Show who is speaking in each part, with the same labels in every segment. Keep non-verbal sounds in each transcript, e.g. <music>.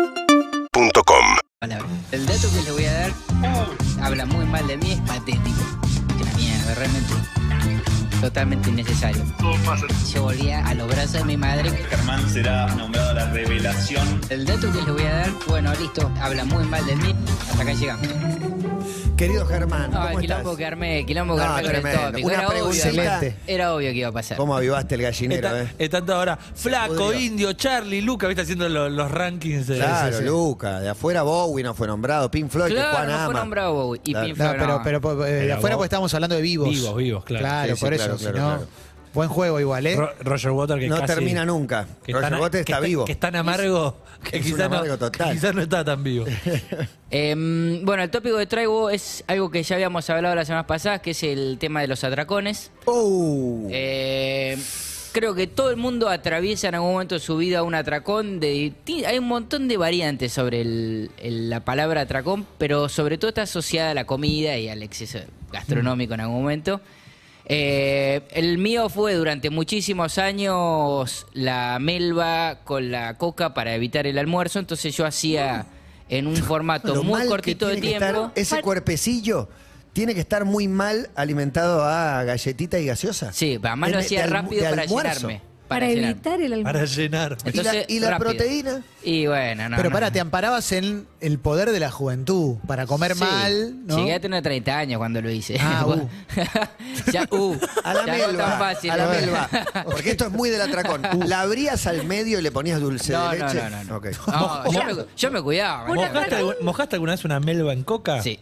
Speaker 1: UrbanaPlayFM.com
Speaker 2: palabra. El dato que les voy a dar habla muy mal de mí, es patético. Que la mierda, realmente. Totalmente innecesario.
Speaker 3: Todo pasa.
Speaker 2: Yo volvía a los brazos de mi madre.
Speaker 4: Germán será nombrado la revelación.
Speaker 2: El dato que les voy a dar, bueno, listo, habla muy mal de mí. Hasta acá llegamos.
Speaker 5: Querido Germán,
Speaker 2: Ah,
Speaker 5: ¿cómo
Speaker 2: quilombo
Speaker 5: estás?
Speaker 2: que armé, quilombo que
Speaker 5: No,
Speaker 2: armé con el
Speaker 5: tremendo.
Speaker 2: tópico.
Speaker 5: Una
Speaker 2: Era obvio,
Speaker 5: pregunta-
Speaker 2: iba-
Speaker 5: Excelente.
Speaker 2: era obvio que iba a pasar.
Speaker 5: ¿Cómo avivaste el gallinero,
Speaker 6: Está,
Speaker 5: eh?
Speaker 6: está todo ahora flaco,
Speaker 5: pudrió.
Speaker 6: indio, Charlie, Luca, ¿viste? Haciendo lo- los rankings. de-
Speaker 5: Claro,
Speaker 6: Sí, sí.
Speaker 5: Luca. De afuera Bowie no fue nombrado. Pink Floyd, que
Speaker 2: Claro,
Speaker 5: Juan
Speaker 2: no
Speaker 5: ama.
Speaker 2: fue nombrado Bowie y
Speaker 5: Claro.
Speaker 2: Pink
Speaker 7: No,
Speaker 2: Floyd,
Speaker 7: pero,
Speaker 2: Pues no.
Speaker 7: pero, eh, de
Speaker 6: Pero
Speaker 7: afuera
Speaker 6: vos-
Speaker 7: porque estamos hablando de vivos.
Speaker 6: Vivos, vivos, claro.
Speaker 7: Claro,
Speaker 5: Sí,
Speaker 7: por
Speaker 5: sí,
Speaker 7: eso,
Speaker 5: claro,
Speaker 7: si
Speaker 5: claro,
Speaker 7: no-
Speaker 5: claro.
Speaker 7: Buen juego igual, ¿eh?
Speaker 6: Ro- Roger Water que
Speaker 5: No
Speaker 6: casi-
Speaker 5: termina nunca.
Speaker 6: que
Speaker 5: Roger
Speaker 6: tan-
Speaker 5: Waters
Speaker 6: que
Speaker 5: está vivo.
Speaker 6: Que es tan amargo que
Speaker 5: es un
Speaker 6: quizás <laughs>
Speaker 5: amargo
Speaker 6: no,
Speaker 5: total.
Speaker 6: quizá no está
Speaker 5: <laughs>
Speaker 6: tan vivo.
Speaker 2: Em, bueno, el tópico que traigo es algo que ya habíamos hablado las semanas pasadas, que es el tema de los atracones.
Speaker 5: ¡Oh!
Speaker 2: Eh, creo que todo el mundo atraviesa en algún momento de su vida un atracón. De, ti- hay un montón de variantes sobre el- el- la palabra atracón, pero sobre todo está asociada a la comida y al exceso gastronómico en algún momento. Eh, el mío fue durante muchísimos años la melva con la coca para evitar el almuerzo, entonces yo hacía en un formato
Speaker 5: Lo mal
Speaker 2: muy
Speaker 5: que
Speaker 2: cortito de
Speaker 5: tiene que
Speaker 2: tiempo.
Speaker 5: estar- ese cuerpecillo tiene que estar muy mal alimentado a galletita y gaseosa.
Speaker 2: Sí, además lo
Speaker 5: De-
Speaker 2: hacía
Speaker 5: de almu-
Speaker 2: rápido
Speaker 5: de
Speaker 2: para
Speaker 5: almuerzo.
Speaker 2: llenarme.
Speaker 8: Para,
Speaker 2: llenarme.
Speaker 8: evitar el almuerzo.
Speaker 6: Para llenar.
Speaker 5: ¿Y la- y la
Speaker 2: rápido.
Speaker 5: proteína?
Speaker 2: Y bueno, no.
Speaker 7: pero
Speaker 2: no.
Speaker 7: pará, te amparabas en el poder de la juventud para comer
Speaker 2: Sí.
Speaker 7: mal, ¿no?
Speaker 2: Llegué a tener 30 años cuando lo hice. <laughs>
Speaker 7: Ah, uh.
Speaker 2: ya, uh,
Speaker 5: A la
Speaker 2: ya no
Speaker 5: melva.
Speaker 2: tan fácil.
Speaker 5: a la
Speaker 2: ¿no? <laughs>
Speaker 5: melva. Porque esto es muy del atracón. ¿La abrías al medio y le ponías dulce
Speaker 2: No,
Speaker 5: de
Speaker 2: no,
Speaker 5: leche?
Speaker 2: no, no, no.
Speaker 5: Ok.
Speaker 2: No, yo, me, yo me cuidaba. me cuidaba.
Speaker 6: ¿Mojaste, algu- mojaste alguna vez una melva en coca?
Speaker 2: Sí.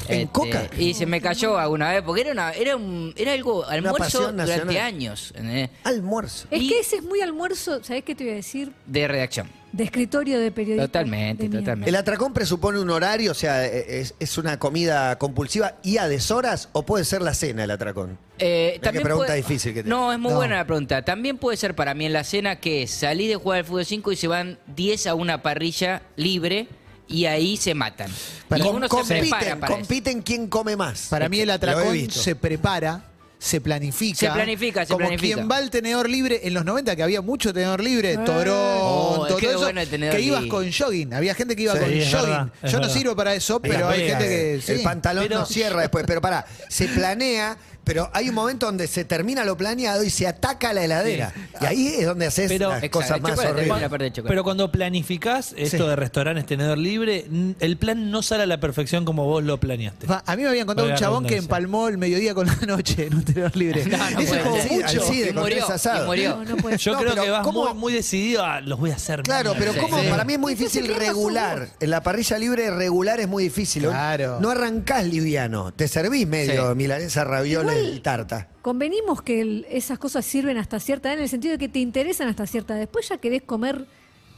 Speaker 2: Este,
Speaker 5: ¿En coca?
Speaker 2: Y se me cayó alguna vez, porque era, una, era, un, era algo almuerzo
Speaker 5: pasión nacional.
Speaker 2: durante años ¿entendés?
Speaker 5: Almuerzo.
Speaker 8: Es
Speaker 2: Y-
Speaker 8: que ese es muy almuerzo, ¿sabés qué te voy a decir?
Speaker 2: de redacción.
Speaker 8: De escritorio de periodista.
Speaker 2: Totalmente,
Speaker 8: de mierda.
Speaker 2: totalmente.
Speaker 5: ¿El atracón presupone un horario? O sea, eh, es, es una comida compulsiva y a deshoras o puede ser la cena el atracón?
Speaker 2: Eh,
Speaker 5: Mirá qué pregunta difícil que te-
Speaker 2: No, es muy
Speaker 7: No.
Speaker 2: buena la pregunta. También puede ser para mí en la cena que es salir de jugar al fútbol 5 y se van 10 a una parrilla libre y ahí se matan.
Speaker 7: Para-
Speaker 2: y uno se prepara
Speaker 5: compiten,
Speaker 2: para eso.
Speaker 5: compiten quién come más.
Speaker 7: Para mí el
Speaker 5: Lo he
Speaker 7: atracón
Speaker 5: visto.
Speaker 7: se prepara, se planifica.
Speaker 2: Se planifica, se
Speaker 7: como
Speaker 2: planifica. Eh.
Speaker 7: quien va al tenedor libre, en los 90 que había mucho tenedor libre, Toronto,
Speaker 2: Oh,
Speaker 7: todo
Speaker 2: qué
Speaker 7: eso,
Speaker 2: bueno el tenedor
Speaker 7: que ibas
Speaker 2: libre.
Speaker 7: con jogging. Había gente que iba
Speaker 5: Sí,
Speaker 7: con
Speaker 6: es
Speaker 7: jogging.
Speaker 6: verdad, es
Speaker 7: Yo no
Speaker 6: verdad.
Speaker 7: siro para eso,
Speaker 5: Las
Speaker 7: pero hay
Speaker 6: pegas,
Speaker 7: gente que... sí.
Speaker 5: El pantalón no <laughs> cierra después, pero pará, se planea, pero hay un momento donde se termina lo planeado y se ataca la heladera. Y ahí es donde haces
Speaker 6: Pero-
Speaker 5: las
Speaker 2: Exacto,
Speaker 5: cosas
Speaker 2: el
Speaker 5: más
Speaker 2: chocolate,
Speaker 5: horribles.
Speaker 2: la parte de chocolate.
Speaker 6: Pero cuando planificás esto
Speaker 7: Sí.
Speaker 6: de restaurantes tenedor libre, n- el plan no sale a la perfección como vos lo planeaste.
Speaker 7: Va, A mí me habían contado
Speaker 6: Voy
Speaker 7: un
Speaker 6: a
Speaker 7: chabón que
Speaker 6: redundancia.
Speaker 7: empalmó el mediodía con la noche en un tenedor libre.
Speaker 2: <laughs> no
Speaker 7: eso
Speaker 2: puede
Speaker 7: es como
Speaker 2: ser.
Speaker 5: Sí,
Speaker 7: mucho.
Speaker 5: al cine
Speaker 2: Y
Speaker 5: con
Speaker 2: murió,
Speaker 5: tres asados.
Speaker 2: y murió.
Speaker 8: No, no puede
Speaker 6: Yo
Speaker 5: pues, No,
Speaker 6: creo
Speaker 5: pero
Speaker 6: que vas
Speaker 5: ¿cómo-
Speaker 6: muy, muy decidido a los voy a
Speaker 2: <laughs>
Speaker 6: hacer.
Speaker 5: Claro,
Speaker 6: mierda".
Speaker 5: pero
Speaker 2: Sí,
Speaker 5: ¿cómo?
Speaker 2: sí.
Speaker 5: Para mí es muy
Speaker 8: Entonces,
Speaker 5: difícil
Speaker 8: ¿qué vas a
Speaker 5: regular.
Speaker 8: jugar?
Speaker 5: En la parrilla libre regular es muy difícil. ¿no?
Speaker 7: Claro.
Speaker 5: No arrancás liviano. Te servís medio
Speaker 2: Sí.
Speaker 5: milanesa, ravioles
Speaker 8: Igual-
Speaker 5: y tarta.
Speaker 8: Convenimos que el- esas cosas sirven hasta cierta edad, en el sentido de que te interesan hasta cierta edad. Después ya querés comer,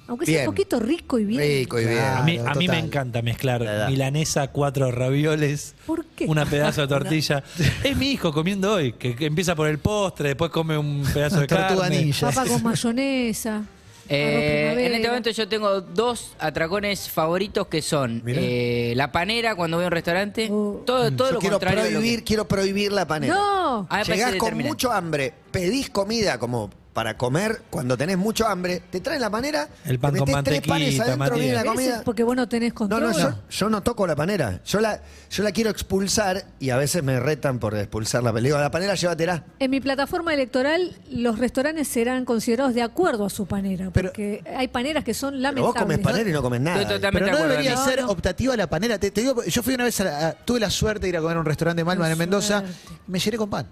Speaker 8: aunque sea
Speaker 5: Bien.
Speaker 8: un poquito rico y bien.
Speaker 5: Rico y bien.
Speaker 6: A mí,
Speaker 7: Claro,
Speaker 6: a mí me
Speaker 7: total.
Speaker 6: encanta mezclar
Speaker 5: La edad.
Speaker 6: milanesa, cuatro ravioles,
Speaker 8: ¿Por qué?
Speaker 6: una pedazo de tortilla. es mi hijo comiendo hoy, que, que empieza por el postre, después come un pedazo de
Speaker 7: Tortuga
Speaker 6: carne.
Speaker 7: ninja.
Speaker 8: Papa con mayonesa.
Speaker 2: Eh,
Speaker 8: arroz
Speaker 2: en este
Speaker 8: primavera.
Speaker 2: momento yo tengo dos atracones favoritos que son
Speaker 5: Mirá.
Speaker 2: eh, la panera cuando voy a un restaurante,
Speaker 8: Oh.
Speaker 2: todo, todo
Speaker 5: Yo
Speaker 2: lo
Speaker 5: quiero
Speaker 2: contrario. de lo que-
Speaker 5: prohibir, quiero prohibir la panera.
Speaker 8: No.
Speaker 2: Ah, me parece
Speaker 5: Llegás con
Speaker 2: determinante.
Speaker 5: mucho hambre, pedís comida como para comer cuando tenés mucho hambre, te traen la panera,
Speaker 6: El pan
Speaker 5: te
Speaker 6: con
Speaker 5: metés tres panes
Speaker 6: mantequita,
Speaker 5: adentro, viene la
Speaker 6: Matías.
Speaker 8: Pero eso es
Speaker 5: comida.
Speaker 8: Porque vos no tenés
Speaker 5: No,
Speaker 8: control.
Speaker 5: no, yo, yo no toco la panera. Yo la, yo la quiero expulsar y a veces me retan por expulsarla. Le digo, la panera llévatela.
Speaker 8: En mi plataforma electoral, los restaurantes serán considerados de acuerdo a su panera,
Speaker 7: Pero-
Speaker 8: porque hay paneras que son
Speaker 5: Pero vos
Speaker 8: lamentables.
Speaker 5: comes panera y no comes nada.
Speaker 2: Estoy totalmente
Speaker 7: Pero
Speaker 2: de
Speaker 7: no
Speaker 2: acuerdo,
Speaker 7: debería
Speaker 2: Dani.
Speaker 7: ser
Speaker 8: No, no.
Speaker 7: optativa la panera. Te, te digo, yo fui una vez, a la- a- tuve la suerte de ir a comer a un restaurante de Malman
Speaker 8: Qué
Speaker 7: en Mendoza,
Speaker 8: suerte.
Speaker 7: me llené con pan.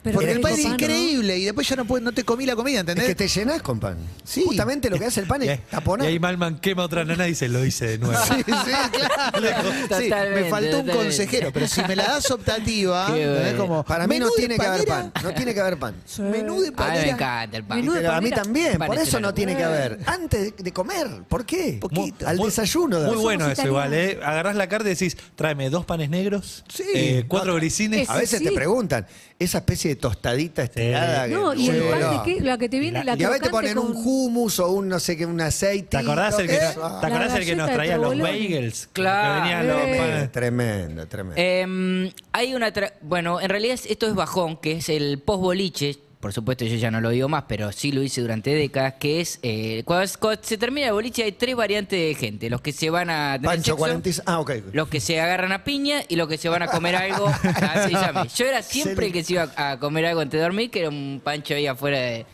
Speaker 8: Pero
Speaker 7: Porque el
Speaker 8: rico
Speaker 7: pan es
Speaker 8: pan, ¿no?
Speaker 7: increíble y después ya no, puede- no te comí la comida,
Speaker 5: Es
Speaker 7: ¿entendés?
Speaker 5: que te llenás con pan.
Speaker 7: Sí.
Speaker 5: Justamente lo que hace el pan
Speaker 6: Y
Speaker 5: es
Speaker 6: ahí- Eh, Y
Speaker 5: taponar.
Speaker 6: ahí Malman quema otra nana y dice, lo hice de nuevo.
Speaker 5: <laughs>
Speaker 7: Sí, sí, claro. Sí,
Speaker 2: Totalmente,
Speaker 7: me faltó un
Speaker 2: totalmente.
Speaker 7: consejero, pero si me la das optativa,
Speaker 2: Qué
Speaker 7: ¿entendés?
Speaker 2: bueno.
Speaker 7: como,
Speaker 5: Eh, Para mí no
Speaker 7: menú de
Speaker 5: tiene que haber pan.
Speaker 7: panera.
Speaker 5: No tiene que haber pan.
Speaker 8: <laughs> Sí.
Speaker 7: Menú de
Speaker 2: A mí me
Speaker 7: panera.
Speaker 2: encanta el pan.
Speaker 8: Menú de
Speaker 5: Pero a mí
Speaker 8: panera. Eh.
Speaker 5: también,
Speaker 2: Pan
Speaker 5: por
Speaker 2: es
Speaker 5: eso
Speaker 2: una
Speaker 5: no tiene que
Speaker 2: locura.
Speaker 5: haber. Antes de comer, ¿por qué?
Speaker 6: Muy-
Speaker 5: Al
Speaker 6: muy-
Speaker 5: desayuno.
Speaker 6: Muy
Speaker 5: das.
Speaker 6: bueno eso igual,
Speaker 8: italianos.
Speaker 6: ¿eh? Agarrás la carta y decís, tráeme dos panes negros,
Speaker 7: Sí.
Speaker 6: eh, cuatro grisines.
Speaker 8: Eso
Speaker 5: A veces
Speaker 8: sí.
Speaker 5: te preguntan, esa especie de tostadita estirada. que-
Speaker 8: No, y el
Speaker 5: Sí,
Speaker 8: pan
Speaker 5: no.
Speaker 8: de qué, la que te viene,
Speaker 6: Y
Speaker 8: la,
Speaker 5: Y a veces te
Speaker 8: crocante
Speaker 5: ponen un
Speaker 8: con-
Speaker 5: hummus o un no sé qué, un aceite.
Speaker 6: ¿Te acordás el que,
Speaker 5: ¿Eh?
Speaker 6: ¿te acordás el que nos
Speaker 8: galleta de
Speaker 6: traía los
Speaker 8: provolone.
Speaker 6: bagels?
Speaker 2: Claro.
Speaker 6: Que venían los
Speaker 5: Tremendo,
Speaker 6: panes.
Speaker 5: tremendo, tremendo.
Speaker 2: Em, Eh, hay una. tra- bueno, en realidad esto es bajón, que es el post boliche. por supuesto yo ya no lo digo más, pero sí lo hice durante décadas, que es, eh, cuando, cuando se termina el boliche hay tres variantes de gente, los que se van a... tener
Speaker 5: Pancho
Speaker 2: sexo,
Speaker 5: 46. Ah, ok.
Speaker 2: los que se agarran a piña y los que se van a comer algo a seis llames. Yo era siempre el que se iba a comer algo antes de dormir, que era un pancho ahí afuera de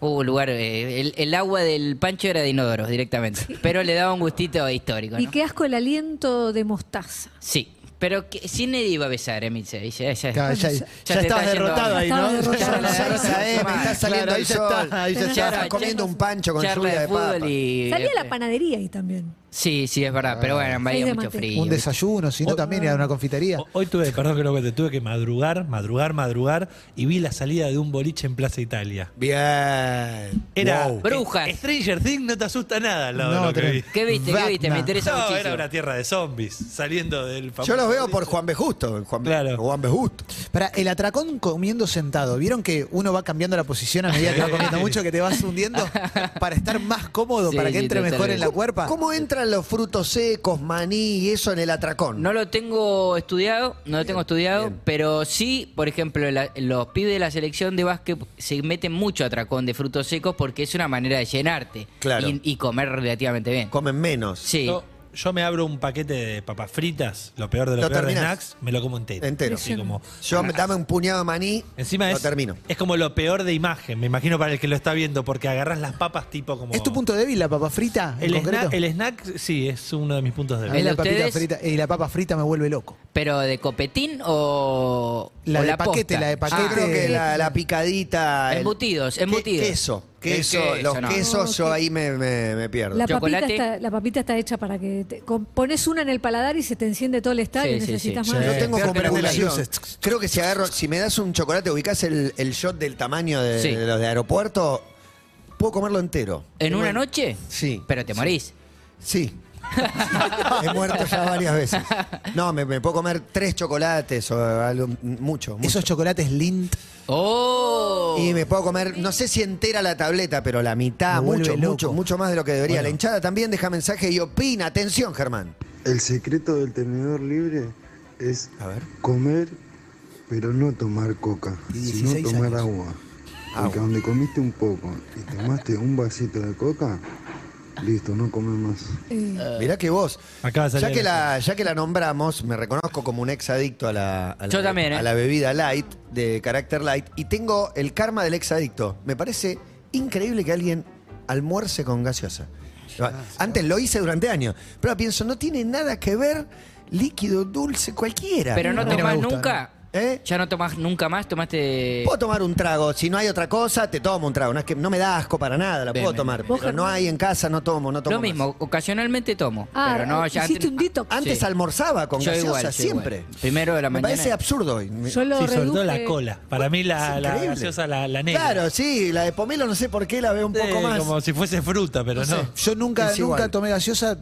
Speaker 2: un lugar. eh, el, el agua del pancho era de inodoros directamente, pero le daba un gustito histórico.
Speaker 8: Y
Speaker 2: ¿no?
Speaker 8: qué asco el aliento de mostaza.
Speaker 2: Sí, pero que, sin Eddie iba a besar, Emil. se dice, ya- ya-
Speaker 7: Claro, ya,
Speaker 2: ya
Speaker 7: ya
Speaker 2: te
Speaker 7: estabas
Speaker 2: está yendo
Speaker 7: derrotado
Speaker 2: a-
Speaker 7: ahí,
Speaker 8: Estabas
Speaker 7: ¿no?
Speaker 8: derrotado.
Speaker 5: Ya
Speaker 7: Ya
Speaker 5: son
Speaker 7: la
Speaker 5: las seis
Speaker 7: derrota,
Speaker 5: AM,
Speaker 7: mal.
Speaker 5: está saliendo el
Speaker 7: Claro, ahí ya
Speaker 5: sol.
Speaker 7: está, ahí ya
Speaker 5: Tenés
Speaker 7: está.
Speaker 5: razón. Estás comiendo un pancho con
Speaker 2: charla
Speaker 5: lluvia de
Speaker 2: fútbol
Speaker 5: papa.
Speaker 2: y-
Speaker 8: Salía
Speaker 6: este.
Speaker 8: a la panadería ahí también.
Speaker 2: Sí, sí, es verdad, pero bueno,
Speaker 8: Seis
Speaker 2: María
Speaker 8: de
Speaker 2: mucho
Speaker 8: mate.
Speaker 2: frío.
Speaker 7: Ah. Un desayuno, si no también era una confitería.
Speaker 6: Ho- Hoy tuve, perdón que lo cuente, tuve que madrugar, madrugar, madrugar y vi la salida de un boliche en Plaza Italia.
Speaker 5: Bien.
Speaker 6: Era
Speaker 5: Wow.
Speaker 2: Brujas.
Speaker 6: eh, Stranger Things no te asusta nada al lado de
Speaker 7: No,
Speaker 6: lo que
Speaker 7: tremendo.
Speaker 6: vi.
Speaker 2: ¿Qué viste? ¿Qué viste? Me
Speaker 7: Batman.
Speaker 2: interesa
Speaker 6: No,
Speaker 2: muchísimo.
Speaker 6: era una tierra de zombies saliendo del famoso
Speaker 5: Yo los veo por
Speaker 6: boliche.
Speaker 5: Juan B. Justo. Juan, B-
Speaker 6: Claro.
Speaker 5: Juan B. Justo.
Speaker 7: Para el atracón comiendo sentado, ¿vieron que uno va cambiando la posición a medida que va comiendo mucho, que te vas
Speaker 2: <laughs>
Speaker 7: hundiendo para estar más cómodo,
Speaker 2: Sí,
Speaker 7: para que
Speaker 2: sí,
Speaker 7: entre mejor en la
Speaker 2: totalmente.
Speaker 7: cuerpa?
Speaker 5: ¿Cómo entran los frutos secos, maní y eso en el atracón?
Speaker 2: No lo tengo estudiado, no lo tengo estudiado, pero sí, por ejemplo, la- los pibes de la selección de básquet se meten mucho a tracón de frutos secos porque es una manera de llenarte
Speaker 5: Claro.
Speaker 2: y, y comer relativamente bien.
Speaker 5: Comen menos.
Speaker 2: Sí,
Speaker 6: Yo, yo me abro un paquete de papas fritas, lo peor de lo,
Speaker 5: Lo
Speaker 6: peor de
Speaker 5: terminás.
Speaker 6: snacks, me lo como entero.
Speaker 5: Entero.
Speaker 6: Así como-
Speaker 5: Yo me- dame un puñado de maní.
Speaker 6: encima
Speaker 5: lo
Speaker 6: es,
Speaker 5: termino.
Speaker 6: es como lo peor de imagen, me imagino para el que lo está viendo, porque agarras las papas tipo como...
Speaker 7: ¿Es tu punto débil la papa frita? en
Speaker 6: el
Speaker 7: concreto?
Speaker 6: snack, el snack, sí, es uno de mis puntos
Speaker 7: A
Speaker 6: de
Speaker 7: mí
Speaker 2: ¿El
Speaker 7: la
Speaker 2: de
Speaker 7: papita
Speaker 2: ustedes?
Speaker 7: frita- y la papa frita me vuelve loco.
Speaker 2: pero de copetín o
Speaker 7: La
Speaker 2: o
Speaker 7: de paquete,
Speaker 2: posta? Ah,
Speaker 7: la de paquete.
Speaker 5: Yo creo que la, la picadita. el-
Speaker 2: Embutidos, embutidos.
Speaker 5: Que- queso.
Speaker 2: ¿Qué
Speaker 5: Queso,
Speaker 2: queso?
Speaker 5: los
Speaker 2: No.
Speaker 5: quesos, yo
Speaker 8: No,
Speaker 5: ahí me, me- me pierdo.
Speaker 8: La papita,
Speaker 2: Chocolate.
Speaker 8: está, la papita está hecha para que te- con- pones una en el paladar y se te enciende todo el estadio y
Speaker 2: Sí, sí,
Speaker 8: necesitas
Speaker 2: sí.
Speaker 8: más.
Speaker 5: Yo tengo
Speaker 7: Peor que las de las
Speaker 5: convulsión.
Speaker 7: luces.
Speaker 5: Creo que si agarro, si me das un chocolate, ubicás el, el shot del tamaño de,
Speaker 2: Sí.
Speaker 5: de los de aeropuerto, puedo comerlo entero.
Speaker 2: ¿En una noche?
Speaker 5: Sí.
Speaker 2: Pero te morís.
Speaker 7: <laughs>
Speaker 5: Sí. He muerto ya varias veces. No, me, me puedo comer tres chocolates o algo, mucho. mucho.
Speaker 7: Esos chocolates Lindt.
Speaker 2: ¡Oh!
Speaker 5: Y me puedo comer, no sé si entera la tableta, pero la mitad,
Speaker 7: Me vuelve
Speaker 5: mucho,
Speaker 7: loco.
Speaker 5: mucho, mucho más de lo que debería.
Speaker 7: Bueno.
Speaker 5: La hinchada también deja mensaje y opina. Atención, Germán.
Speaker 1: El secreto del tenedor libre es
Speaker 5: A ver.
Speaker 1: comer, pero no tomar coca,
Speaker 7: Y
Speaker 1: sino
Speaker 7: 16
Speaker 1: tomar
Speaker 7: años.
Speaker 1: agua. Porque donde comiste un poco y tomaste un vasito de coca, listo, no comes más.
Speaker 8: Eh,
Speaker 5: Mirá que vos.
Speaker 6: Acaba de salir
Speaker 5: Ya que,
Speaker 6: el-
Speaker 5: la, ya que la nombramos, me reconozco como un ex adicto a la, a la-
Speaker 2: Yo también, ¿eh?
Speaker 5: a la bebida light, de carácter light, y tengo el karma del ex adicto. Me parece increíble que alguien almuerce con gaseosa. Antes lo hice durante años, pero ahora pienso, no tiene nada que ver líquido, dulce, cualquiera.
Speaker 2: pero no
Speaker 7: A mí no
Speaker 2: tomás
Speaker 7: me gusta,
Speaker 2: nunca.
Speaker 5: ¿Eh?
Speaker 2: ¿Ya no tomás nunca más? ¿Tomaste...?
Speaker 5: Puedo tomar un trago, si no hay otra cosa, te tomo un trago. No es que no me da asco para nada, la
Speaker 2: Bien,
Speaker 5: puedo
Speaker 2: bien.
Speaker 5: tomar.
Speaker 8: Vos,
Speaker 5: Pero no
Speaker 8: Germán.
Speaker 5: hay en casa, no tomo, no tomo.
Speaker 2: Lo
Speaker 5: más.
Speaker 2: mismo, ocasionalmente tomo.
Speaker 8: Ah,
Speaker 2: pero no, ya Ah,
Speaker 8: hiciste un detox.
Speaker 5: Antes
Speaker 2: Sí.
Speaker 5: almorzaba con
Speaker 2: Yo
Speaker 5: gaseosa
Speaker 2: igual, yo
Speaker 5: siempre.
Speaker 2: igual. Primero de la
Speaker 5: Me
Speaker 2: mañana.
Speaker 5: parece absurdo hoy.
Speaker 8: yo lo
Speaker 6: Sí, sobre todo la
Speaker 8: reduje-
Speaker 6: cola. Para mí la,
Speaker 5: Es
Speaker 6: la
Speaker 5: increíble.
Speaker 6: gaseosa, la, la negra.
Speaker 5: Claro, sí, la de pomelo no sé por qué la veo un
Speaker 6: Sí,
Speaker 5: poco más.
Speaker 6: Como si fuese fruta, pero no.
Speaker 7: Yo nunca,
Speaker 5: Es igual.
Speaker 7: nunca tomé gaseosa.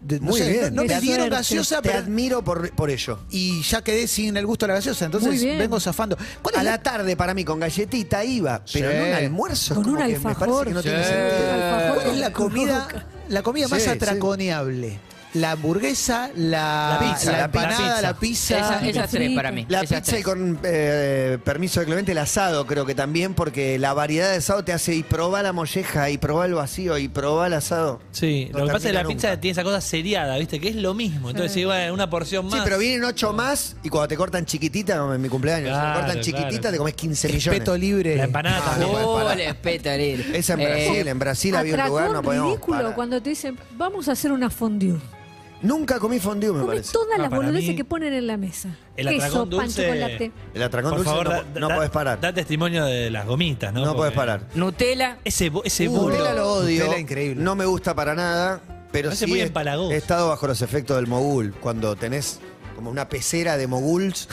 Speaker 7: de- no
Speaker 5: Muy
Speaker 7: sé,
Speaker 5: bien.
Speaker 7: No, no me
Speaker 5: Te
Speaker 7: dieron
Speaker 8: advierto.
Speaker 7: gaseosa,
Speaker 5: Te
Speaker 7: pero-
Speaker 5: admiro por, por ello.
Speaker 7: y ya quedé sin el gusto de la gaseosa.
Speaker 8: Muy
Speaker 7: Entonces
Speaker 8: bien.
Speaker 7: vengo zafando. ¿Cuál es
Speaker 5: A
Speaker 7: la-
Speaker 5: la tarde para mí con galletita iba, pero
Speaker 7: Sí.
Speaker 5: en un almuerzo.
Speaker 8: Con
Speaker 5: como
Speaker 8: un
Speaker 5: que me parece
Speaker 8: alfajor.
Speaker 5: que no
Speaker 8: Sí.
Speaker 5: tiene
Speaker 8: Un
Speaker 5: sentido.
Speaker 8: alfajor
Speaker 7: ¿Cuál es la
Speaker 8: con
Speaker 7: comida,
Speaker 8: coca.
Speaker 7: la comida más
Speaker 5: Sí, sí.
Speaker 7: atraconeable? La hamburguesa, la,
Speaker 5: La pizza, la
Speaker 7: empanada, la pizza.
Speaker 2: Esa- esas tres para mí.
Speaker 5: La
Speaker 2: esas
Speaker 5: pizza y
Speaker 2: tres.
Speaker 5: con eh, permiso de Clemente, el asado creo que también, porque la variedad de asado te hace y probá la molleja, y probá el vacío, y probá el asado.
Speaker 6: Sí,
Speaker 5: No
Speaker 6: lo que pasa es que la
Speaker 5: termina
Speaker 6: pizza
Speaker 5: nunca.
Speaker 6: tiene esa cosa seriada, ¿viste? Que es lo mismo. Entonces, sí, bueno, una porción más.
Speaker 5: Sí, pero vienen ocho más y cuando te cortan chiquitita, como en mi cumpleaños,
Speaker 6: Claro,
Speaker 5: te cortan chiquitita,
Speaker 6: claro.
Speaker 5: te comes 15 millones.
Speaker 7: Respeto libre.
Speaker 6: La empanada
Speaker 5: Ah,
Speaker 6: también.
Speaker 5: no,
Speaker 2: Oh,
Speaker 5: pará.
Speaker 2: el espetalir.
Speaker 5: Esa en
Speaker 2: Eh,
Speaker 5: Brasil, en Brasil había un lugar,
Speaker 8: Atracón
Speaker 5: no podemos.
Speaker 8: ridículo
Speaker 5: parar.
Speaker 8: cuando te dicen, vamos a hacer una fondue.
Speaker 5: Nunca comí fondue, me
Speaker 8: Come
Speaker 5: parece.
Speaker 8: todas
Speaker 6: No,
Speaker 8: las
Speaker 6: para
Speaker 8: boludeces
Speaker 6: mí,
Speaker 8: que ponen en la mesa.
Speaker 6: El
Speaker 8: Queso,
Speaker 6: atracón
Speaker 8: pan,
Speaker 6: dulce.
Speaker 8: chocolate.
Speaker 5: El atracón
Speaker 6: Por
Speaker 5: dulce
Speaker 6: favor,
Speaker 5: no-
Speaker 6: da-
Speaker 5: no
Speaker 6: da-
Speaker 5: podés parar.
Speaker 6: Da testimonio de las gomitas, ¿no?
Speaker 5: No podés
Speaker 6: Porque
Speaker 5: parar.
Speaker 2: Nutella.
Speaker 6: Ese, bo- ese
Speaker 5: Nutella
Speaker 6: bolo.
Speaker 5: lo odio.
Speaker 7: Nutella increíble.
Speaker 5: No me gusta para nada, pero
Speaker 6: Hace
Speaker 5: sí
Speaker 6: muy
Speaker 5: he,
Speaker 6: empalagoso.
Speaker 5: he estado bajo los efectos del mogul. Cuando tenés como una pecera de moguls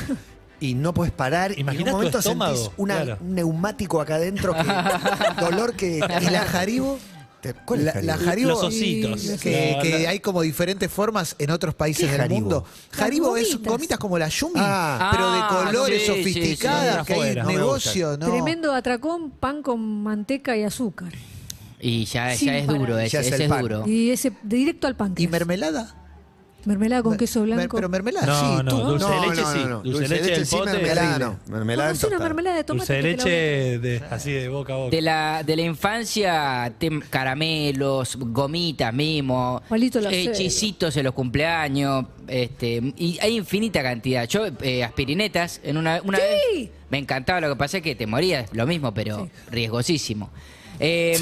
Speaker 5: y no podés parar. y en
Speaker 6: Imaginás
Speaker 5: un
Speaker 6: tu
Speaker 5: momento
Speaker 6: estómago,
Speaker 5: sentís una-
Speaker 6: claro.
Speaker 5: un neumático acá adentro <laughs> que dolor que...
Speaker 7: ¿Y la jaribo?
Speaker 5: Te- ¿Cuál es
Speaker 7: la, la
Speaker 5: jaribo?
Speaker 7: jaribo
Speaker 6: Los ositos.
Speaker 7: Que,
Speaker 6: La-
Speaker 7: que
Speaker 6: la-
Speaker 7: hay como diferentes formas en otros países
Speaker 5: ¿Qué
Speaker 7: del
Speaker 5: jaribo?
Speaker 7: mundo.
Speaker 8: Las
Speaker 7: Jaribo es
Speaker 8: gomitas.
Speaker 7: gomitas como la yumi,
Speaker 5: Ah.
Speaker 7: pero de
Speaker 2: Ah,
Speaker 7: colores
Speaker 2: sí, sí,
Speaker 7: sofisticadas,
Speaker 6: sí,
Speaker 7: que hay
Speaker 6: afuera. No me
Speaker 7: negocio, ¿no?
Speaker 8: Tremendo atracón, pan con manteca y azúcar.
Speaker 2: Y ya,
Speaker 8: Sin
Speaker 2: ya es
Speaker 8: parar.
Speaker 2: duro, ese,
Speaker 5: Ya es el
Speaker 2: ese es
Speaker 5: pan.
Speaker 2: duro.
Speaker 8: Y ese directo al pan.
Speaker 7: ¿Y mermelada?
Speaker 8: Mermelada con queso
Speaker 7: Mer-
Speaker 8: blanco.
Speaker 7: Pero mermelada,
Speaker 6: No,
Speaker 7: sí.
Speaker 6: no,
Speaker 7: tú-
Speaker 6: dulce de leche sí. Dulce de leche en
Speaker 5: sí,
Speaker 6: pote.
Speaker 5: mermelada
Speaker 6: Sí.
Speaker 5: no. Mermelada en
Speaker 8: Conocí una
Speaker 5: tostada.
Speaker 8: mermelada de
Speaker 6: Dulce
Speaker 8: tomate.
Speaker 6: de
Speaker 8: que te la venden.
Speaker 6: leche de- así de boca a boca.
Speaker 2: De la, de la infancia, tem- caramelos, gomitas mismo,
Speaker 8: Palito la
Speaker 2: eh,
Speaker 8: cera.
Speaker 2: hechicitos en los cumpleaños, este, y hay infinita cantidad. Yo, eh, aspirinetas, en una, una vez me encantaba, lo que pasa es que te morías, lo mismo, pero riesgosísimo.
Speaker 8: <laughs>
Speaker 2: Eh,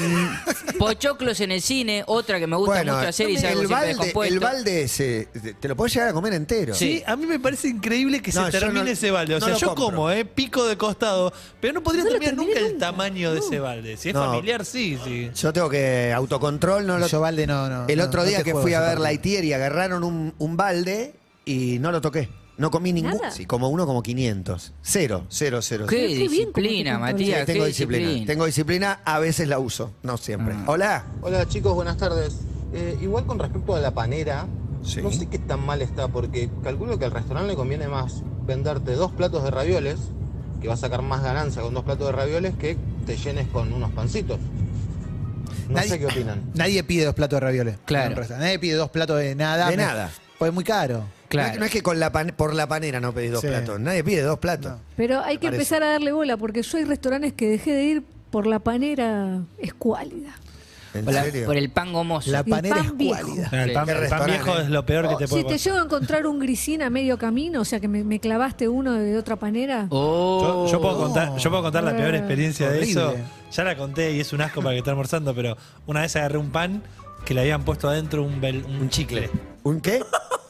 Speaker 2: pochoclos en el cine, otra que me gusta
Speaker 5: Bueno,
Speaker 2: mucho hacer y salgo
Speaker 5: el
Speaker 2: siempre
Speaker 5: balde,
Speaker 2: descompuesto.
Speaker 5: el balde ese, te lo podés llegar a comer entero.
Speaker 6: Sí, a mí me parece increíble que
Speaker 5: No,
Speaker 6: se
Speaker 5: yo
Speaker 6: termine
Speaker 5: no-
Speaker 6: ese balde. O
Speaker 5: no
Speaker 6: sea,
Speaker 5: lo
Speaker 6: yo
Speaker 5: compro.
Speaker 6: como, ¿eh? Pico de costado, pero no podría
Speaker 8: No lo
Speaker 6: terminar nunca
Speaker 8: terminé
Speaker 6: el
Speaker 8: nunca,
Speaker 6: tamaño de
Speaker 8: no.
Speaker 6: ese balde. Si es
Speaker 5: No.
Speaker 6: familiar, sí, sí.
Speaker 5: Yo tengo que autocontrol, no lo
Speaker 7: Yo balde no, no.
Speaker 5: El
Speaker 7: no,
Speaker 5: otro
Speaker 7: no
Speaker 5: día
Speaker 7: te
Speaker 5: que
Speaker 7: juego
Speaker 5: fui a
Speaker 7: ese
Speaker 5: ver
Speaker 7: partido.
Speaker 5: la y agarraron un, un balde y no lo toqué. No comí ningún.
Speaker 8: Nada.
Speaker 5: Sí, como uno como 500. Cero, cero, cero.
Speaker 2: Qué
Speaker 8: Pero qué bien
Speaker 2: disciplina,
Speaker 8: como te
Speaker 5: Sí,
Speaker 2: Matías. qué
Speaker 5: tengo disciplina.
Speaker 2: disciplina.
Speaker 5: Tengo disciplina, a veces la uso, no siempre.
Speaker 7: Mm.
Speaker 5: Hola.
Speaker 3: Hola chicos, buenas tardes. Eh, igual con respecto a la panera,
Speaker 5: Sí.
Speaker 3: no sé qué tan mal está, porque calculo que al restaurante le conviene más venderte dos platos de ravioles, que vas a sacar más ganancia con dos platos de ravioles, que te llenes con unos pancitos. No
Speaker 7: Nadie-
Speaker 3: sé qué opinan.
Speaker 7: Nadie pide dos platos de ravioles.
Speaker 2: Claro.
Speaker 7: en un restaurante. Nadie pide dos platos de nada.
Speaker 5: De nada.
Speaker 7: Pues es muy caro.
Speaker 5: No, es-
Speaker 2: Claro.
Speaker 5: no es que con la pan- por la panera no pedís dos
Speaker 7: Sí.
Speaker 5: platos. Nadie pide dos platos.
Speaker 8: Pero hay que
Speaker 5: parece.
Speaker 8: empezar a darle bola, porque yo hay restaurantes que dejé de ir por la panera escuálida.
Speaker 5: ¿En
Speaker 2: Por la-
Speaker 5: serio?
Speaker 2: por el pan gomoso.
Speaker 7: La
Speaker 8: Y
Speaker 7: panera
Speaker 8: pan
Speaker 7: es
Speaker 8: viejo.
Speaker 7: cualidad.
Speaker 6: El pan,
Speaker 5: Qué
Speaker 6: el pan
Speaker 5: restaurante.
Speaker 6: viejo es lo peor
Speaker 8: O
Speaker 6: que te
Speaker 8: si
Speaker 6: puede
Speaker 8: te
Speaker 6: pasar.
Speaker 8: llego a encontrar un grisín a medio camino, o sea que me, me clavaste uno de otra panera.
Speaker 2: Oh.
Speaker 6: Yo, yo puedo contar, yo puedo contar la peor experiencia de
Speaker 7: Horrible.
Speaker 6: eso. Ya la conté y es un asco para que esté almorzando, pero una vez agarré un pan que le habían puesto adentro un, bel- un chicle.
Speaker 5: ¿Un qué?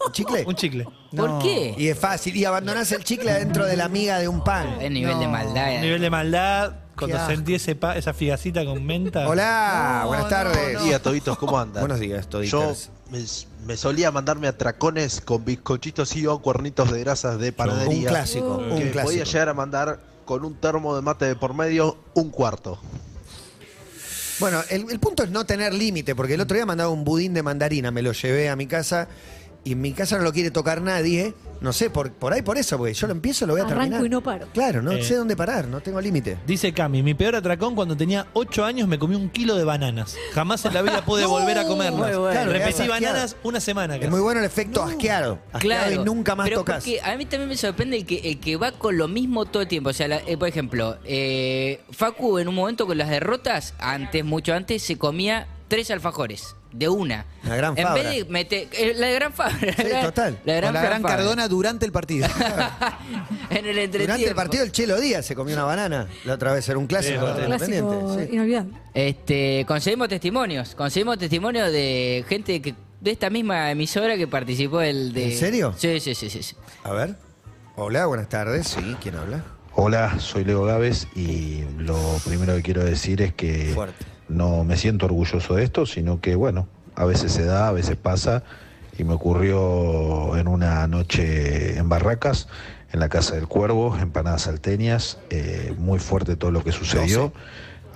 Speaker 5: ¿Un
Speaker 7: <laughs>
Speaker 5: chicle?
Speaker 6: Un chicle.
Speaker 2: ¿Por
Speaker 7: No.
Speaker 2: qué?
Speaker 5: y es fácil. Y abandonás el chicle adentro de la miga de un pan.
Speaker 2: El nivel de maldad.
Speaker 6: Un nivel de maldad. Cuando
Speaker 7: asco.
Speaker 6: sentí ese pa- esa figacita con menta.
Speaker 5: Hola, buenas tardes.
Speaker 9: Buenos días, Toditos, ¿cómo andan?
Speaker 5: Buenos días,
Speaker 9: Yo
Speaker 5: Toditos.
Speaker 9: me, me solía mandarme a tracones con bizcochitos y o cuernitos de grasas de
Speaker 5: un
Speaker 9: panadería.
Speaker 5: clásico,
Speaker 9: que
Speaker 5: un
Speaker 9: me podía
Speaker 5: clásico.
Speaker 9: llegar a mandar con un termo de mate de por medio un cuarto.
Speaker 5: Bueno, el, el punto es no tener límite, porque el otro día mandaba un budín de mandarina, me lo llevé a mi casa y en mi casa no lo quiere tocar nadie. No sé, por, por ahí por eso, porque yo lo empiezo, lo voy a
Speaker 8: Arranco
Speaker 5: terminar.
Speaker 8: y no paro.
Speaker 5: Claro, no
Speaker 6: Eh.
Speaker 5: sé dónde parar, no tengo límite.
Speaker 6: Dice Cami, mi peor atracón cuando tenía 8 años me comí un kilo de bananas. Jamás en la vida
Speaker 2: <laughs>
Speaker 6: pude volver a comerlas.
Speaker 2: Muy bueno.
Speaker 6: Claro, Repetí
Speaker 5: quedás
Speaker 6: bananas
Speaker 5: asqueado.
Speaker 6: una semana.
Speaker 5: Es muy bueno el efecto asqueado. asqueado y nunca más
Speaker 2: pero
Speaker 5: tocas.
Speaker 2: porque a mí también me sorprende el que, el que va con lo mismo todo el tiempo. O sea, la- eh, por ejemplo, eh, Facu en un momento con las derrotas, antes, mucho antes, se comía tres alfajores de una.
Speaker 5: La gran
Speaker 2: En
Speaker 5: Fabra.
Speaker 2: vez de meter. eh, la de gran Fabra.
Speaker 5: Sí, total.
Speaker 2: La de gran,
Speaker 7: Con la gran
Speaker 2: Fabra.
Speaker 7: Cardona durante
Speaker 9: <laughs>
Speaker 7: el partido.
Speaker 2: <laughs> en el entretiempo.
Speaker 5: Durante el partido, el Chelo Díaz se comió una banana. La otra vez era un clásico.
Speaker 6: Sí,
Speaker 5: contra
Speaker 6: bueno.
Speaker 8: Clásico
Speaker 5: Independiente, sí.
Speaker 8: inolvidable.
Speaker 2: Este, conseguimos testimonios. Conseguimos testimonios de gente que de esta misma emisora que participó el de.
Speaker 5: ¿En serio?
Speaker 2: Sí, sí, sí, sí. sí.
Speaker 5: A ver. Hola, buenas tardes. Sí, ¿quién habla?
Speaker 10: Hola, soy Leo Gávez y lo primero que quiero decir es que
Speaker 5: Fuerte.
Speaker 10: no me siento orgulloso de esto, sino que bueno, a veces se da, a veces pasa y me ocurrió en una noche en Barracas, en la Casa del Cuervo, empanadas salteñas, eh, muy fuerte todo lo que sucedió.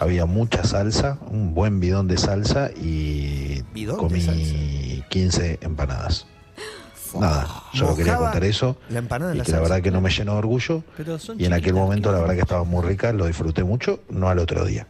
Speaker 10: Había mucha salsa, un buen bidón de salsa y
Speaker 5: Bidón de
Speaker 10: comí
Speaker 5: salsa.
Speaker 10: 15 empanadas. Nada, solo quería
Speaker 5: Mojaba
Speaker 10: contar eso
Speaker 5: la empanada en
Speaker 10: y
Speaker 5: la
Speaker 10: que la
Speaker 5: salsa.
Speaker 10: verdad que no me llenó de orgullo
Speaker 6: Pero son
Speaker 10: y en aquel
Speaker 6: chiquitas,
Speaker 10: momento
Speaker 6: ¿qué?
Speaker 10: la verdad que estaba muy rica, lo disfruté mucho, no al otro día.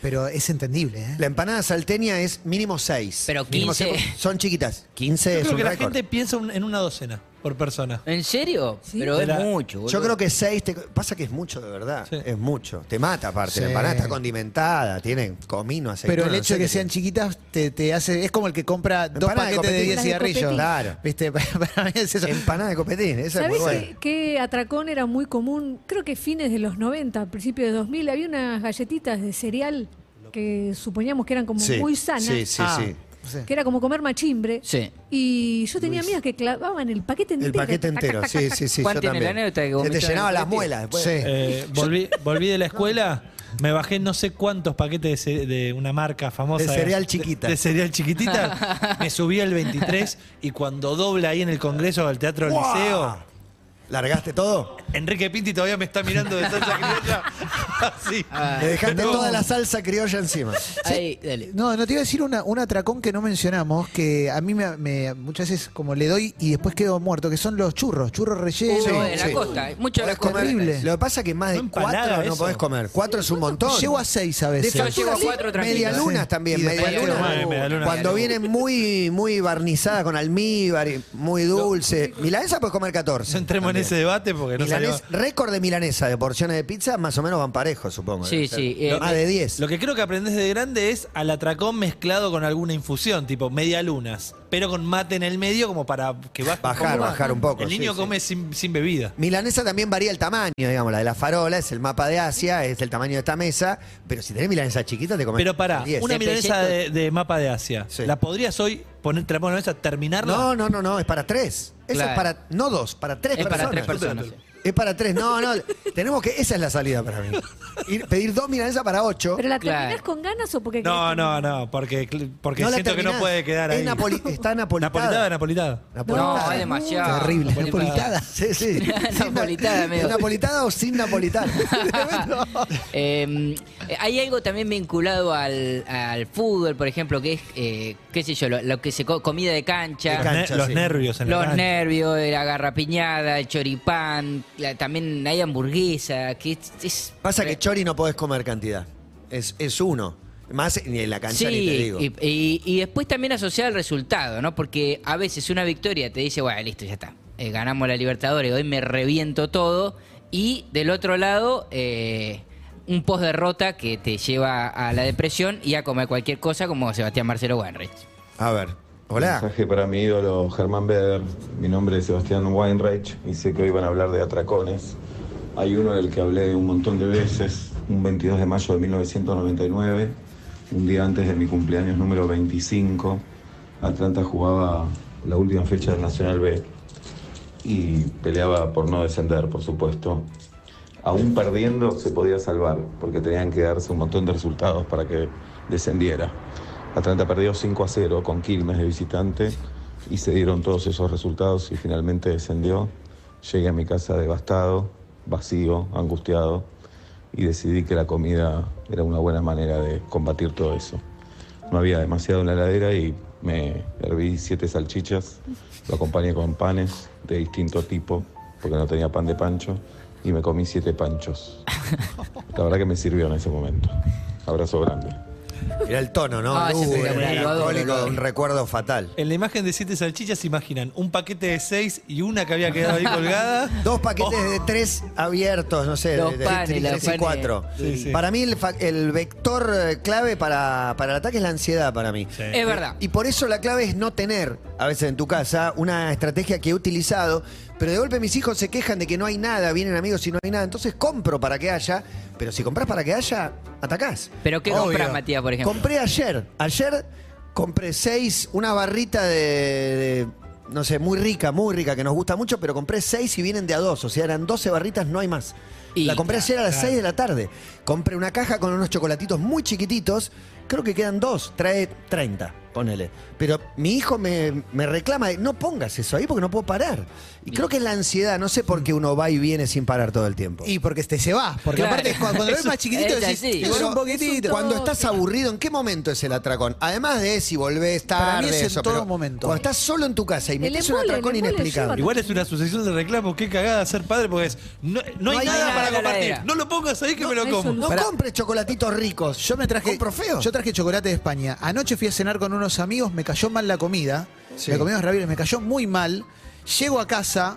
Speaker 7: Pero es entendible, ¿eh?
Speaker 5: La empanada salteña es mínimo 6.
Speaker 2: Pero 15.
Speaker 5: son chiquitas. 15
Speaker 6: Yo
Speaker 5: es
Speaker 6: creo
Speaker 5: un
Speaker 6: que la
Speaker 5: récord.
Speaker 6: gente piensa un- en una docena por persona.
Speaker 2: ¿En serio?
Speaker 8: Sí.
Speaker 2: Pero es
Speaker 6: Era-
Speaker 2: mucho.
Speaker 5: Yo
Speaker 2: boludo.
Speaker 5: creo que 6 te... pasa que es mucho de verdad,
Speaker 6: Sí.
Speaker 5: es mucho. Te mata aparte,
Speaker 7: Sí.
Speaker 5: la empanada está condimentada, tiene comino, aceite.
Speaker 7: Pero el hecho de que sean chiquitas te, te hace. Es como el que compra dos
Speaker 5: Empanada de
Speaker 7: paquetes de
Speaker 5: copetín.
Speaker 7: 10
Speaker 8: Las de
Speaker 7: cigarrillos.
Speaker 8: copetín.
Speaker 5: Claro.
Speaker 7: ¿Viste? <laughs> Para mí es eso.
Speaker 5: Empanada de copetín, esa es muy
Speaker 8: ¿Sabés
Speaker 5: buena.
Speaker 8: qué, qué atracón era muy común? Creo que fines de los 90, principios de 2000, había unas galletitas de cereal que suponíamos que eran como
Speaker 5: Sí,
Speaker 8: muy sanas,
Speaker 5: Sí, sí,
Speaker 7: Ah,
Speaker 5: sí.
Speaker 7: sí.
Speaker 8: que era como comer machimbre.
Speaker 2: Sí.
Speaker 8: Y yo tenía amigas que clavaban el paquete
Speaker 5: El
Speaker 8: entero.
Speaker 5: paquete entero, sí, sí, sí.
Speaker 2: Juan
Speaker 5: yo
Speaker 2: tiene la
Speaker 5: también.
Speaker 2: anécdota que
Speaker 5: Se te
Speaker 2: vomitó en
Speaker 5: llenaba
Speaker 2: el
Speaker 5: las
Speaker 2: copetín.
Speaker 5: muelas después.
Speaker 7: Sí.
Speaker 5: <laughs>
Speaker 6: Eh, volví, volví de la escuela, me bajé no sé cuántos paquetes de, ce- de una marca famosa.
Speaker 5: De cereal chiquita.
Speaker 6: De, de cereal chiquitita. me subí al 23 y cuando dobla ahí en el Congreso del Teatro del
Speaker 5: ¡Guau!
Speaker 6: Liceo,
Speaker 5: ¿Largaste todo?
Speaker 6: <laughs> Enrique Pinti todavía me está mirando de salsa criolla. sí.
Speaker 5: Le dejaste toda la salsa criolla encima.
Speaker 2: Ahí, dale.
Speaker 7: No, no te iba a decir una, un atracón que no mencionamos, que a mí me, me- muchas veces como le doy y después quedo muerto, que son los churros, churros rellenos.
Speaker 2: Uh, de la
Speaker 5: sí.
Speaker 2: costa, mucho de la
Speaker 5: Podés comer-
Speaker 2: costa.
Speaker 7: horrible.
Speaker 5: Lo que pasa es que más de
Speaker 6: No empanada
Speaker 5: cuatro no
Speaker 6: eso.
Speaker 5: podés comer. Cuatro es un montón.
Speaker 7: Llego a seis a veces.
Speaker 2: Yo llego a cuatro
Speaker 5: Media
Speaker 2: tranquilos.
Speaker 5: lunas también,
Speaker 7: Y después
Speaker 5: media
Speaker 2: quedo
Speaker 5: luna.
Speaker 6: mal, media luna.
Speaker 5: Cuando vienen muy, muy barnizadas con almíbar, y muy dulce. Milanesa puedes comer 14.
Speaker 6: No entremos en ese debate porque no salió.
Speaker 5: Milanes- récord de milanesa de porciones de pizza, más o menos van parejos, supongo.
Speaker 2: Sí,
Speaker 5: Debe ser.
Speaker 2: sí, eh,
Speaker 5: más de 10.
Speaker 6: Lo que creo que aprendés de grande es al atracón mezclado con alguna infusión, tipo media lunas, pero con mate en el medio como para que baje
Speaker 5: Bajar,
Speaker 6: poco más.
Speaker 5: bajar un poco,
Speaker 6: El
Speaker 5: sí,
Speaker 6: niño
Speaker 5: sí.
Speaker 6: come sin, sin bebida.
Speaker 5: Milanesa también varía el tamaño, digamos. La de la farola es el mapa de Asia, es el tamaño de esta mesa. Pero si tenés milanesa chiquita, te comes.
Speaker 6: Pero pará,
Speaker 5: 10.
Speaker 6: una milanesa de, de mapa de Asia,
Speaker 5: Sí.
Speaker 6: ¿la podrías hoy poner, te la pongo en la mesa, terminarla?
Speaker 5: No, no, no, no, es para tres. Eso
Speaker 2: Claro.
Speaker 5: es para, no dos, para tres
Speaker 2: Es
Speaker 5: personas.
Speaker 2: para tres personas.
Speaker 5: Es para tres, no, no. Tenemos que, esa es la salida para mí. Ir- pedir dos milanesas para ocho.
Speaker 8: ¿Pero la
Speaker 2: Claro.
Speaker 8: terminás con ganas o porque
Speaker 6: No, no, no, porque, cl- porque
Speaker 5: la
Speaker 6: siento que no
Speaker 5: terminás.
Speaker 6: puede quedar
Speaker 5: Es
Speaker 6: ahí.
Speaker 5: napoli-
Speaker 6: <laughs>
Speaker 5: está napolitada.
Speaker 6: Napolitada, napolitada.
Speaker 5: Napolitada.
Speaker 2: No, es demasiado.
Speaker 7: Terrible.
Speaker 6: Napolitada.
Speaker 7: Napolitada.
Speaker 5: Sí, sí.
Speaker 2: Napolitada, amigo.
Speaker 5: ¿Es napolitada o
Speaker 2: <laughs>
Speaker 5: sin napolitada? Tremendo.
Speaker 2: Eh, hay algo también vinculado al, al fútbol, por ejemplo, que es, eh, qué sé yo, lo, lo que se co- comida de cancha,
Speaker 5: De
Speaker 6: Los,
Speaker 5: cancha,
Speaker 6: ne- los
Speaker 5: sí.
Speaker 6: nervios en la
Speaker 2: los
Speaker 6: cancha.
Speaker 2: nervios, la garrapiñada, el choripán, la- también hay hamburguesa, que es... es-
Speaker 5: Pasa que chori no podés comer cantidad. Es, es uno. Más ni en la cancha ni te
Speaker 2: Sí,
Speaker 5: digo.
Speaker 2: y, y- y después también asociar al resultado, ¿no? Porque a veces una victoria te dice, bueno, listo, ya está, eh, ganamos la Libertadores, hoy me reviento todo, y del otro lado, eh, un post derrota que te lleva a la depresión y a comer cualquier cosa como Sebastián Marcelo Wanrich.
Speaker 5: A ver. Hola.
Speaker 11: Mensaje para mi ídolo Germán Beder. Mi nombre es Sebastián Weinreich y sé que hoy van a hablar de atracones. Hay uno del que hablé un montón de veces, un 22 de mayo de 1999, un día antes de mi cumpleaños número 25. Atlanta jugaba la última fecha del Nacional B y peleaba por no descender, por supuesto. Aún perdiendo se podía salvar, porque tenían que darse un montón de resultados para que descendiera. Atlanta perdió 5 a 0 con Quilmes de visitante y se dieron todos esos resultados y finalmente descendió. Llegué a mi casa devastado, vacío, angustiado y decidí que la comida era una buena manera de combatir todo eso. No había demasiado en la heladera y me herví siete salchichas, lo acompañé con panes de distinto tipo, porque no tenía pan de pancho, y me comí siete panchos. La verdad que me sirvió en ese momento. Abrazo grande.
Speaker 5: Era el tono, ¿no?
Speaker 2: Ah, es
Speaker 5: Uh,
Speaker 2: espectacular.
Speaker 5: el
Speaker 2: Lo adoro,
Speaker 5: alcohólico,
Speaker 2: lo adoro.
Speaker 5: un recuerdo fatal.
Speaker 6: En la imagen de siete salchichas, imaginan un paquete de seis y una que había quedado ahí colgada.
Speaker 5: <laughs> Dos paquetes
Speaker 6: Oh.
Speaker 5: de tres abiertos, no sé,
Speaker 2: Los
Speaker 5: de, de
Speaker 2: panes,
Speaker 5: tres,
Speaker 2: los
Speaker 5: tres y
Speaker 2: panes.
Speaker 5: cuatro.
Speaker 6: Sí, sí.
Speaker 5: Para mí el, fa- el vector eh, clave para, para el ataque es la ansiedad para mí.
Speaker 6: Sí.
Speaker 2: Es verdad.
Speaker 5: Eh, Y por eso la clave es no tener, a veces en tu casa, una estrategia que he utilizado, pero de golpe mis hijos se quejan de que no hay nada, vienen amigos y no hay nada, entonces compro para que haya, pero si compras para que haya, atacás.
Speaker 2: ¿Pero qué
Speaker 5: Obvio.
Speaker 2: compras, Matías, por ejemplo?
Speaker 5: Compré ayer, ayer compré seis, una barrita de, de, no sé, muy rica, muy rica, que nos gusta mucho, pero compré seis y vienen de a dos, o sea, eran 12 barritas, no hay más.
Speaker 2: Y
Speaker 5: la compré ayer a las 6 de la tarde. Compré una caja con unos chocolatitos muy chiquititos. Creo que quedan dos, trae 30, ponele. Pero mi hijo me, me reclama, no pongas eso ahí porque no puedo parar. Y creo que es la ansiedad, no sé por qué uno va y viene sin parar todo el tiempo.
Speaker 7: Y porque te se va. Porque
Speaker 2: Claro.
Speaker 7: aparte, cuando, cuando lo ves más chiquitito,
Speaker 2: Es
Speaker 7: decís,
Speaker 2: así.
Speaker 7: "Igual
Speaker 5: Pero
Speaker 7: un poquitito.
Speaker 5: Cuando
Speaker 8: toque.
Speaker 5: estás aburrido, ¿en qué momento es el atracón? Además de si volvés tarde.
Speaker 7: Para mí es en
Speaker 5: eso,
Speaker 7: todo
Speaker 5: pero
Speaker 7: momento.
Speaker 5: Cuando estás solo en tu casa y
Speaker 8: El
Speaker 5: metes un
Speaker 8: embole, el
Speaker 5: atracón
Speaker 8: embole
Speaker 5: inexplicable.
Speaker 8: lleva-
Speaker 6: Oh, Igual es una sucesión de reclamos, qué cagada ser padre, porque es. No, no hay,
Speaker 5: hay
Speaker 6: nada,
Speaker 5: nada
Speaker 6: para
Speaker 2: en la
Speaker 6: compartir.
Speaker 2: heladera.
Speaker 6: No lo pongas ahí que me lo
Speaker 8: no, eso
Speaker 6: como.
Speaker 5: No
Speaker 7: Pará.
Speaker 5: compres chocolatitos ricos.
Speaker 7: Yo me traje.
Speaker 5: Compro feo.
Speaker 7: Yo traje chocolate de España. Anoche fui a cenar con unos amigos, me cayó mal la comida.
Speaker 5: Sí.
Speaker 7: La comida de Ravioles me cayó muy mal. Llego a casa,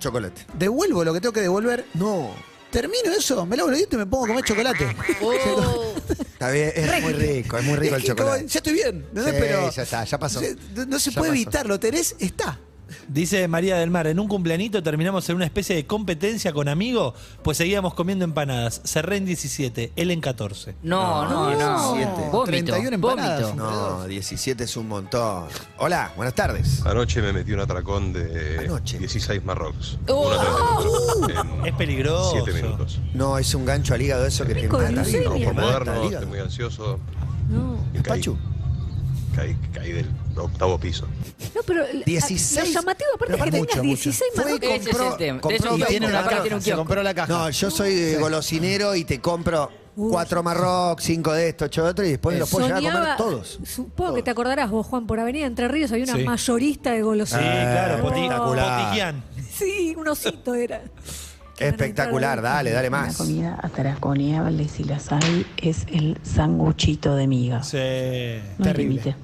Speaker 5: Chocolate.
Speaker 7: devuelvo lo que tengo que devolver.
Speaker 5: No.
Speaker 7: Termino eso, me lavo los dientes y me pongo a comer chocolate.
Speaker 2: Oh.
Speaker 5: <laughs> Está bien, es muy rico, es muy rico el
Speaker 7: Es que como,
Speaker 5: chocolate.
Speaker 7: ya estoy bien. ¿no?
Speaker 5: Sí,
Speaker 7: Pero-
Speaker 5: ya está, ya pasó.
Speaker 7: Se- No, se
Speaker 5: Ya
Speaker 7: puede
Speaker 5: pasó.
Speaker 7: evitarlo, tenés, está.
Speaker 6: Dice María del Mar, en un cumpleanito terminamos en una especie de competencia con amigos, pues seguíamos comiendo empanadas. Cerré en 17, él en 14.
Speaker 2: No, no, no.
Speaker 5: Siete.
Speaker 2: Vómito,
Speaker 7: 31 empanadas.
Speaker 2: vómito.
Speaker 5: No, 17 es un montón. Hola, buenas tardes.
Speaker 11: Anoche me metí un atracón de
Speaker 5: Anoche.
Speaker 11: 16 marrocos.
Speaker 2: Oh.
Speaker 6: Es peligroso.
Speaker 11: Siete minutos.
Speaker 5: No, es un gancho al hígado eso que te
Speaker 8: Rico,
Speaker 5: mata.
Speaker 8: dulce.
Speaker 5: te
Speaker 11: Por
Speaker 8: Por
Speaker 5: mata el
Speaker 11: moderno,
Speaker 5: hígado.
Speaker 11: estoy muy ansioso.
Speaker 8: No.
Speaker 11: y caí.
Speaker 5: Pachu.
Speaker 10: caí, caí del octavo piso.
Speaker 8: No, pero la-
Speaker 5: 16.
Speaker 8: Ah, lo llamativo aparte es que
Speaker 5: Mucho,
Speaker 8: tengas
Speaker 5: mucho.
Speaker 8: 16
Speaker 5: Fue y
Speaker 8: marrocos.
Speaker 2: Ese es el tema.
Speaker 5: compró
Speaker 2: Ese es el
Speaker 5: y
Speaker 2: tema.
Speaker 5: tiene una
Speaker 2: Capaz
Speaker 5: caja,
Speaker 2: tiene un
Speaker 7: Se
Speaker 2: kiosco.
Speaker 7: compró la caja.
Speaker 5: No, yo soy de golosinero y te compro cuatro marroc, cinco de esto, ocho de otro, y después me los puedo llegar a comer todos.
Speaker 8: Supongo Eh, que te acordarás vos, Juan, por Avenida Entre Ríos había una
Speaker 6: Sí.
Speaker 8: mayorista de
Speaker 6: Sí,
Speaker 8: golosinas.
Speaker 6: claro, poti-
Speaker 5: espectacular.
Speaker 6: Potigian.
Speaker 8: Sí, un osito era. <laughs>
Speaker 5: Espectacular, dale, dale
Speaker 12: La
Speaker 5: más.
Speaker 12: comida atraconeable, si las hay, es el sanguchito de miga.
Speaker 6: Sí.
Speaker 12: No hay límite.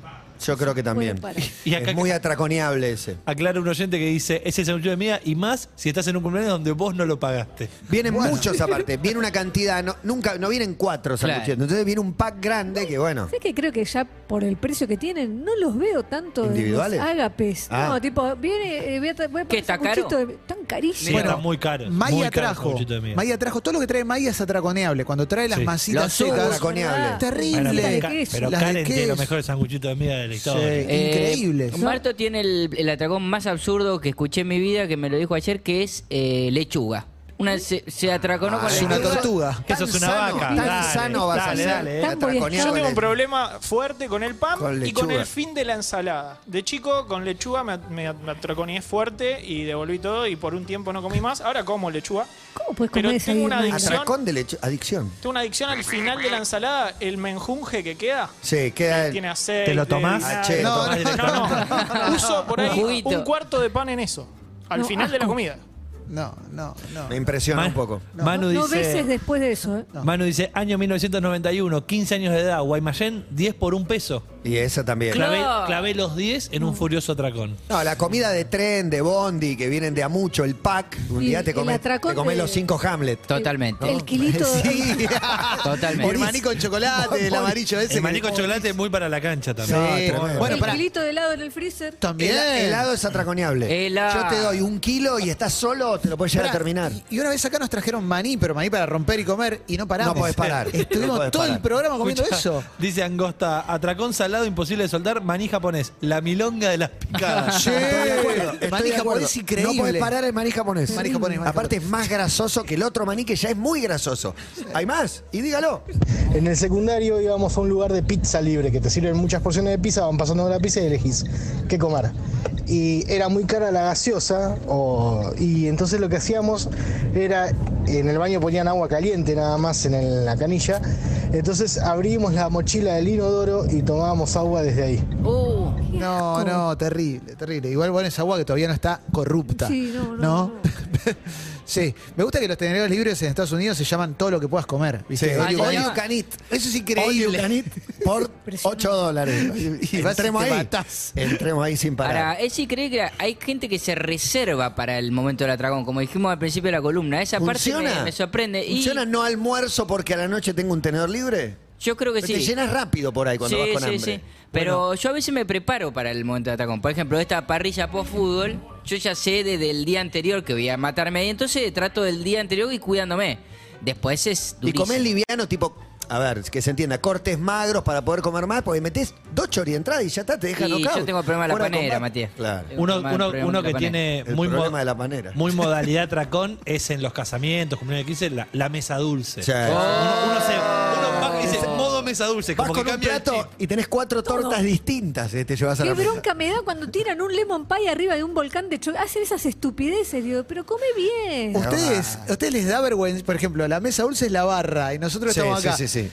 Speaker 5: Yo creo que también.
Speaker 8: Bueno, para.
Speaker 6: Y acá
Speaker 5: Es muy atraconeable ese.
Speaker 6: aclara un oyente que dice, ese es el de mía y más si estás en un cumpleaños donde vos no lo pagaste.
Speaker 5: Vienen muchos
Speaker 8: <laughs>
Speaker 5: aparte, viene una cantidad, no, nunca, no vienen cuatro
Speaker 2: Claro.
Speaker 5: sanguchitos, entonces viene un pack grande que bueno.
Speaker 8: ¿Sabes que creo que ya por el precio que tienen, no los veo tanto de los
Speaker 5: ¿Individuales?
Speaker 8: ágapes?
Speaker 5: Ah.
Speaker 8: No, tipo, viene, eh, voy a, tra- voy a
Speaker 2: ¿Qué,
Speaker 8: poner
Speaker 2: está
Speaker 8: sanguchito
Speaker 2: caro?
Speaker 8: de- tan carísimo.
Speaker 6: Sí,
Speaker 7: Bueno,
Speaker 6: está muy caro. muy
Speaker 7: Maya
Speaker 6: caro el
Speaker 7: trajo,
Speaker 6: sanguchito de miga.
Speaker 7: Maya trajo, todo lo que trae Maya es atraconeable. Cuando trae las
Speaker 6: Sí.
Speaker 7: masitas
Speaker 2: Los
Speaker 7: secas,
Speaker 2: jugos,
Speaker 8: Ah,
Speaker 5: ¿verdad?
Speaker 7: terrible.
Speaker 6: Bueno,
Speaker 8: Las de
Speaker 6: pero, Ca-
Speaker 8: queso.
Speaker 6: pero
Speaker 7: Las de
Speaker 6: Karen tiene los
Speaker 7: queso.
Speaker 6: mejores sanguchitos de miga de la
Speaker 7: Sí,
Speaker 6: historia.
Speaker 7: Increíble.
Speaker 2: Eh, Marto tiene el, el atracón más absurdo que escuché en mi vida, que me lo dijo ayer, que es eh, lechuga. Una se, se atraconó con
Speaker 5: Ah,
Speaker 7: es
Speaker 2: lechuga.
Speaker 7: una tortuga.
Speaker 6: Eso
Speaker 5: Tan
Speaker 6: es una
Speaker 5: sano,
Speaker 6: vaca.
Speaker 5: Tan
Speaker 6: Dale,
Speaker 5: sano vas
Speaker 6: dale,
Speaker 5: a ser.
Speaker 6: dale,
Speaker 8: eh. Tan
Speaker 5: atraconeable.
Speaker 13: Yo tengo un problema fuerte con el pan
Speaker 5: Con
Speaker 13: y con
Speaker 5: lechuga.
Speaker 13: el fin de la ensalada. De chico, con lechuga me, me, me atraconé fuerte y devolví todo y por un tiempo no comí más. Ahora como lechuga.
Speaker 8: ¿Cómo puedes
Speaker 13: Pero
Speaker 8: comer esa
Speaker 13: tengo una
Speaker 8: birra?
Speaker 13: adicción.
Speaker 5: Atracón de lecho- adicción.
Speaker 13: Tengo una adicción al final de la ensalada, el menjunje que queda. Eh,
Speaker 5: Sí, queda el-
Speaker 13: Tiene aceite.
Speaker 6: ¿Te lo tomás?
Speaker 13: vinagre.
Speaker 5: Ah, che, lo
Speaker 13: no,
Speaker 5: tomás
Speaker 13: no, no, no. Uso por
Speaker 2: Ah, Un
Speaker 13: ahí
Speaker 2: juguito.
Speaker 13: un cuarto de pan en eso. Al
Speaker 8: No,
Speaker 13: final de la
Speaker 8: asco.
Speaker 13: comida.
Speaker 7: No, no, no.
Speaker 5: me impresiona
Speaker 6: Ma-
Speaker 5: un poco.
Speaker 6: Manu
Speaker 8: no
Speaker 6: dice...
Speaker 8: veces después de eso, ¿eh?
Speaker 6: Manu dice, año 1991, 15 años de edad, Guaymallén, 10 por un peso.
Speaker 5: Y esa también.
Speaker 6: Clavé,
Speaker 2: Claro.
Speaker 6: clavé los 10 en un furioso atracón.
Speaker 5: No, la comida de tren, de bondi, que vienen de a mucho, el pack. Un
Speaker 8: Y
Speaker 5: día te
Speaker 8: el
Speaker 5: comes, te
Speaker 8: atracón
Speaker 5: comes
Speaker 8: de-
Speaker 5: los cinco
Speaker 8: <laughs>
Speaker 5: Hamlet.
Speaker 2: Totalmente.
Speaker 13: Eh,
Speaker 8: El kilito.
Speaker 5: Sí.
Speaker 2: Totalmente.
Speaker 7: El maní con chocolate, el amarillo ese.
Speaker 6: El maní
Speaker 7: que-
Speaker 6: con chocolate es muy para la cancha
Speaker 7: Sí.
Speaker 6: también.
Speaker 5: tremendo.
Speaker 7: Bueno,
Speaker 8: el
Speaker 7: pará.
Speaker 8: kilito de helado en el freezer.
Speaker 7: También.
Speaker 5: El helado es atraconeable.
Speaker 2: Helado.
Speaker 5: Yo te doy un kilo y estás solo o te lo puedes llegar
Speaker 7: Pará,
Speaker 5: a terminar.
Speaker 7: Y, y una vez acá nos trajeron maní, pero maní para romper y comer, y no paramos.
Speaker 5: No podés parar.
Speaker 7: Estuvimos
Speaker 5: No podés
Speaker 7: todo
Speaker 5: parar.
Speaker 7: el programa comiendo
Speaker 6: Escuchá,
Speaker 7: eso.
Speaker 6: Dice Angosta, atracón salado, imposible de soldar, maní japonés, la <laughs> milonga de las picadas.
Speaker 7: Sí.
Speaker 5: Estoy de acuerdo,
Speaker 7: El
Speaker 5: estoy
Speaker 7: maní
Speaker 5: de
Speaker 7: japonés
Speaker 5: acuerdo.
Speaker 7: es increíble.
Speaker 5: No podés parar el maní japonés.
Speaker 7: Maní japonés, maní
Speaker 5: Aparte es más grasoso que el otro maní que ya es muy grasoso. ¿Hay más? Y dígalo.
Speaker 14: En el secundario íbamos a un lugar de pizza libre, que te sirven muchas porciones de pizza, van pasando la pizza y elegís qué comer. Y era muy cara la gaseosa, o- y entonces lo que hacíamos era, en el baño ponían agua caliente nada más en, el- la canilla, entonces abrimos la mochila del inodoro y tomábamos agua desde ahí.
Speaker 2: Uh,
Speaker 7: No, no, terrible, terrible. Igual bueno es agua que todavía no está corrupta.
Speaker 8: Sí, no, no,
Speaker 5: <laughs>
Speaker 8: no.
Speaker 7: sí, me gusta que los tenedores libres en Estados Unidos se llaman todo lo que puedas comer. ¿viste?
Speaker 5: Sí.
Speaker 7: All
Speaker 2: Ah,
Speaker 7: you
Speaker 2: ya.
Speaker 7: can-
Speaker 5: All you can eat.
Speaker 7: Eso
Speaker 5: All
Speaker 7: es
Speaker 5: you
Speaker 7: increíble.
Speaker 5: can eat por 8 dólares.
Speaker 7: Y vas y
Speaker 5: Entremos
Speaker 7: te
Speaker 5: ahí.
Speaker 7: matás.
Speaker 5: Entremos ahí sin parar.
Speaker 2: Ahora, él sí cree que hay gente que se reserva para el momento del atragón, como dijimos al principio de la columna. Esa parte me, me sorprende. Y
Speaker 5: ¿Funciona no almuerzo porque a la noche tengo un tenedor libre?
Speaker 2: yo creo que
Speaker 5: Pero
Speaker 2: sí.
Speaker 5: Te llenas rápido por ahí cuando
Speaker 2: Sí,
Speaker 5: vas con
Speaker 2: sí,
Speaker 5: hambre.
Speaker 2: sí. Pero yo a veces me preparo para el momento de atracón. Por ejemplo, esta parrilla post-fútbol, yo ya sé desde el día anterior que voy a matarme ahí, entonces trato del día anterior y cuidándome. Después es
Speaker 5: Y
Speaker 2: durísimo.
Speaker 5: comés liviano, tipo, a ver, que se entienda, cortes magros para poder comer más, porque metés dos chori de entrada y ya está, te deja
Speaker 2: Y
Speaker 5: knockout.
Speaker 2: yo tengo el problema de la
Speaker 5: Fuera
Speaker 2: panera,
Speaker 5: combate.
Speaker 2: Matías.
Speaker 5: Claro.
Speaker 2: Eh,
Speaker 6: Uno,
Speaker 2: el problema
Speaker 6: uno-
Speaker 2: de la
Speaker 6: uno que
Speaker 2: panera.
Speaker 6: tiene
Speaker 5: El
Speaker 6: muy,
Speaker 5: problema
Speaker 6: mo-
Speaker 5: de la panera. <laughs>
Speaker 6: muy modalidad atracón es en los casamientos, cumpleaños de 15, la, la mesa dulce.
Speaker 5: Sí.
Speaker 6: Uno, uno se, uno va y
Speaker 2: Oh.
Speaker 6: dice, modo mesa dulce,
Speaker 5: Vas
Speaker 6: como que
Speaker 5: con un
Speaker 6: cambia el
Speaker 5: plato
Speaker 6: chip.
Speaker 5: y tenés cuatro tortas distintas, eh, te llevas a
Speaker 8: Qué
Speaker 5: la mesa.
Speaker 8: bronca me da cuando tiran un lemon pie arriba de un volcán de chocolate. Hacen esas estupideces, digo, pero come bien.
Speaker 7: <laughs> ¿Ustedes, a ustedes les da vergüenza, por ejemplo, la mesa dulce es la barra y nosotros
Speaker 5: Sí,
Speaker 7: estamos
Speaker 5: sí,
Speaker 7: acá.
Speaker 5: sí, sí.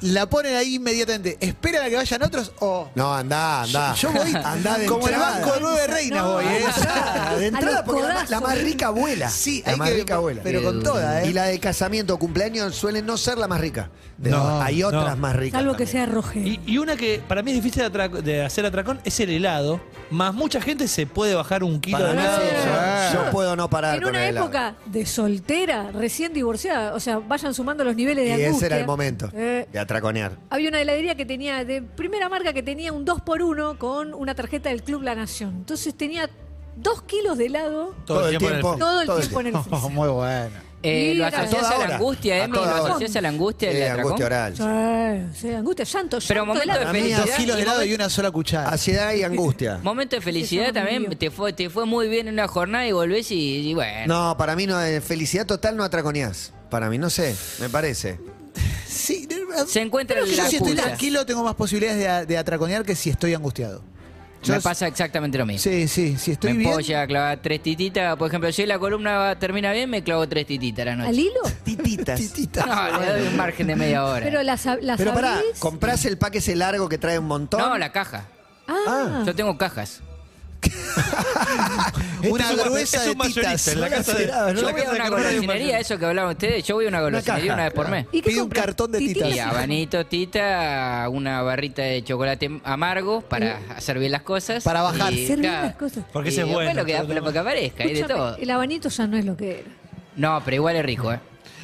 Speaker 7: La ponen ahí inmediatamente. ¿Esperan a que vayan otros o.?
Speaker 5: No, andá, andá.
Speaker 7: Yo voy
Speaker 5: <laughs> andá de
Speaker 7: como el
Speaker 5: entrada.
Speaker 7: banco de nueve reinas
Speaker 8: No,
Speaker 7: voy,
Speaker 5: De
Speaker 7: ¿eh?
Speaker 5: entrada, de
Speaker 8: A
Speaker 5: entrada,
Speaker 8: los
Speaker 5: porque la, más- la más
Speaker 8: codazos.
Speaker 5: rica abuela.
Speaker 7: Sí,
Speaker 5: la
Speaker 7: hay
Speaker 5: más
Speaker 7: que-
Speaker 5: rica abuela.
Speaker 7: pero con toda, ¿eh?
Speaker 5: Y la de casamiento o cumpleaños suele no ser la más rica. De-
Speaker 6: No,
Speaker 5: hay otras
Speaker 6: no.
Speaker 5: más ricas.
Speaker 8: Salvo que
Speaker 5: también.
Speaker 8: sea roje.
Speaker 6: Y, y una que para mí es difícil de, atrac- de hacer atracón es el helado. Más mucha gente se puede bajar un kilo
Speaker 5: Para
Speaker 6: de
Speaker 5: mí,
Speaker 6: helado.
Speaker 5: yo- yo, puedo no parar
Speaker 8: en
Speaker 5: con
Speaker 8: una
Speaker 5: el helado.
Speaker 8: época de soltera, recién divorciada, o sea, vayan sumando los niveles
Speaker 5: Y
Speaker 8: de angustia.
Speaker 5: ese era el momento
Speaker 8: Eh,
Speaker 5: de atraconear.
Speaker 8: había una heladería que tenía, de primera marca, que tenía un 2x1 con una tarjeta del Club La Nación. Entonces tenía 2 kilos de helado
Speaker 5: Todo el
Speaker 6: en el
Speaker 5: tiempo.
Speaker 8: todo el
Speaker 5: Todo el
Speaker 8: tiempo en
Speaker 7: <laughs>
Speaker 8: el
Speaker 7: Oh,
Speaker 8: freezer.
Speaker 7: muy bueno.
Speaker 2: Eh, lo
Speaker 8: Mira, a
Speaker 2: asocias
Speaker 5: toda
Speaker 2: a, la
Speaker 5: hora,
Speaker 2: angustia,
Speaker 5: a
Speaker 2: Emi, lo
Speaker 5: toda hora.
Speaker 2: asocias a la angustia del
Speaker 5: Eh,
Speaker 2: atracón.
Speaker 5: angustia oral.
Speaker 8: Sí, sí, angustia, llanto, llanto.
Speaker 2: Pero momento
Speaker 8: helado.
Speaker 2: de
Speaker 5: A mí, dos
Speaker 2: felicidad.
Speaker 7: Dos kilos
Speaker 2: y
Speaker 7: de helado y
Speaker 2: momento-
Speaker 7: una sola cuchara.
Speaker 5: Ansiedad y <laughs> angustia.
Speaker 2: Momento de
Speaker 8: Sí,
Speaker 2: felicidad
Speaker 8: estamos
Speaker 2: también,
Speaker 8: viviendo.
Speaker 2: te fue, te fue muy bien en una jornada y volvés y, y bueno.
Speaker 5: No, para mí no, eh, felicidad total no atraconeás. Para mí, no sé, me parece.
Speaker 7: Sí, no,
Speaker 2: Se encuentra
Speaker 7: Creo
Speaker 2: en
Speaker 7: que yo
Speaker 2: la
Speaker 7: si estoy
Speaker 2: puta.
Speaker 7: tranquilo tengo más posibilidades de, a- de atraconear que si estoy angustiado. Yo
Speaker 2: Me
Speaker 7: s-
Speaker 2: pasa exactamente lo mismo.
Speaker 7: Sí, sí, si estoy
Speaker 2: me
Speaker 7: bien.
Speaker 2: puedo llegar a clavar tres tititas. Por ejemplo, si la columna va- termina bien, me clavo tres tititas a la noche.
Speaker 8: ¿Al hilo?
Speaker 5: Tititas.
Speaker 2: <laughs>
Speaker 5: Tititas.
Speaker 2: No, le doy un margen de media hora.
Speaker 8: Pero las, ab- las
Speaker 5: Pero pará,
Speaker 8: abrís.
Speaker 5: ¿comprás el pack ese largo que trae un montón?
Speaker 2: No, la caja.
Speaker 8: Ah,
Speaker 2: Yo tengo cajas.
Speaker 7: Una
Speaker 5: Este es un-
Speaker 7: gruesa
Speaker 5: es un
Speaker 7: de titas.
Speaker 5: mayorista, en la
Speaker 7: Una
Speaker 5: casa de-
Speaker 7: cerada, ¿no?
Speaker 2: Yo
Speaker 7: La
Speaker 2: voy a
Speaker 7: casa de
Speaker 2: una
Speaker 7: Corrado y
Speaker 2: golosinería, eso que hablaban ustedes. Yo voy a una golosinería
Speaker 5: caja,
Speaker 2: una vez por mes.
Speaker 8: ¿Y qué
Speaker 7: Pide un
Speaker 8: compras?
Speaker 7: cartón de
Speaker 8: ¿Tititas?
Speaker 7: titas.
Speaker 2: Y habanito, tita, una barrita de chocolate amargo para hacer bien las cosas.
Speaker 7: Para bajar.
Speaker 2: Y,
Speaker 8: Hacer bien
Speaker 2: claro,
Speaker 8: las cosas.
Speaker 6: Porque
Speaker 2: y
Speaker 6: ese es
Speaker 2: después
Speaker 6: bueno.
Speaker 2: Lo que,
Speaker 6: todo lo
Speaker 2: lo que aparezca, hay de
Speaker 8: Escúchame,
Speaker 2: todo.
Speaker 8: El abanito ya no es lo que era.
Speaker 2: No, pero igual es rico, ¿eh?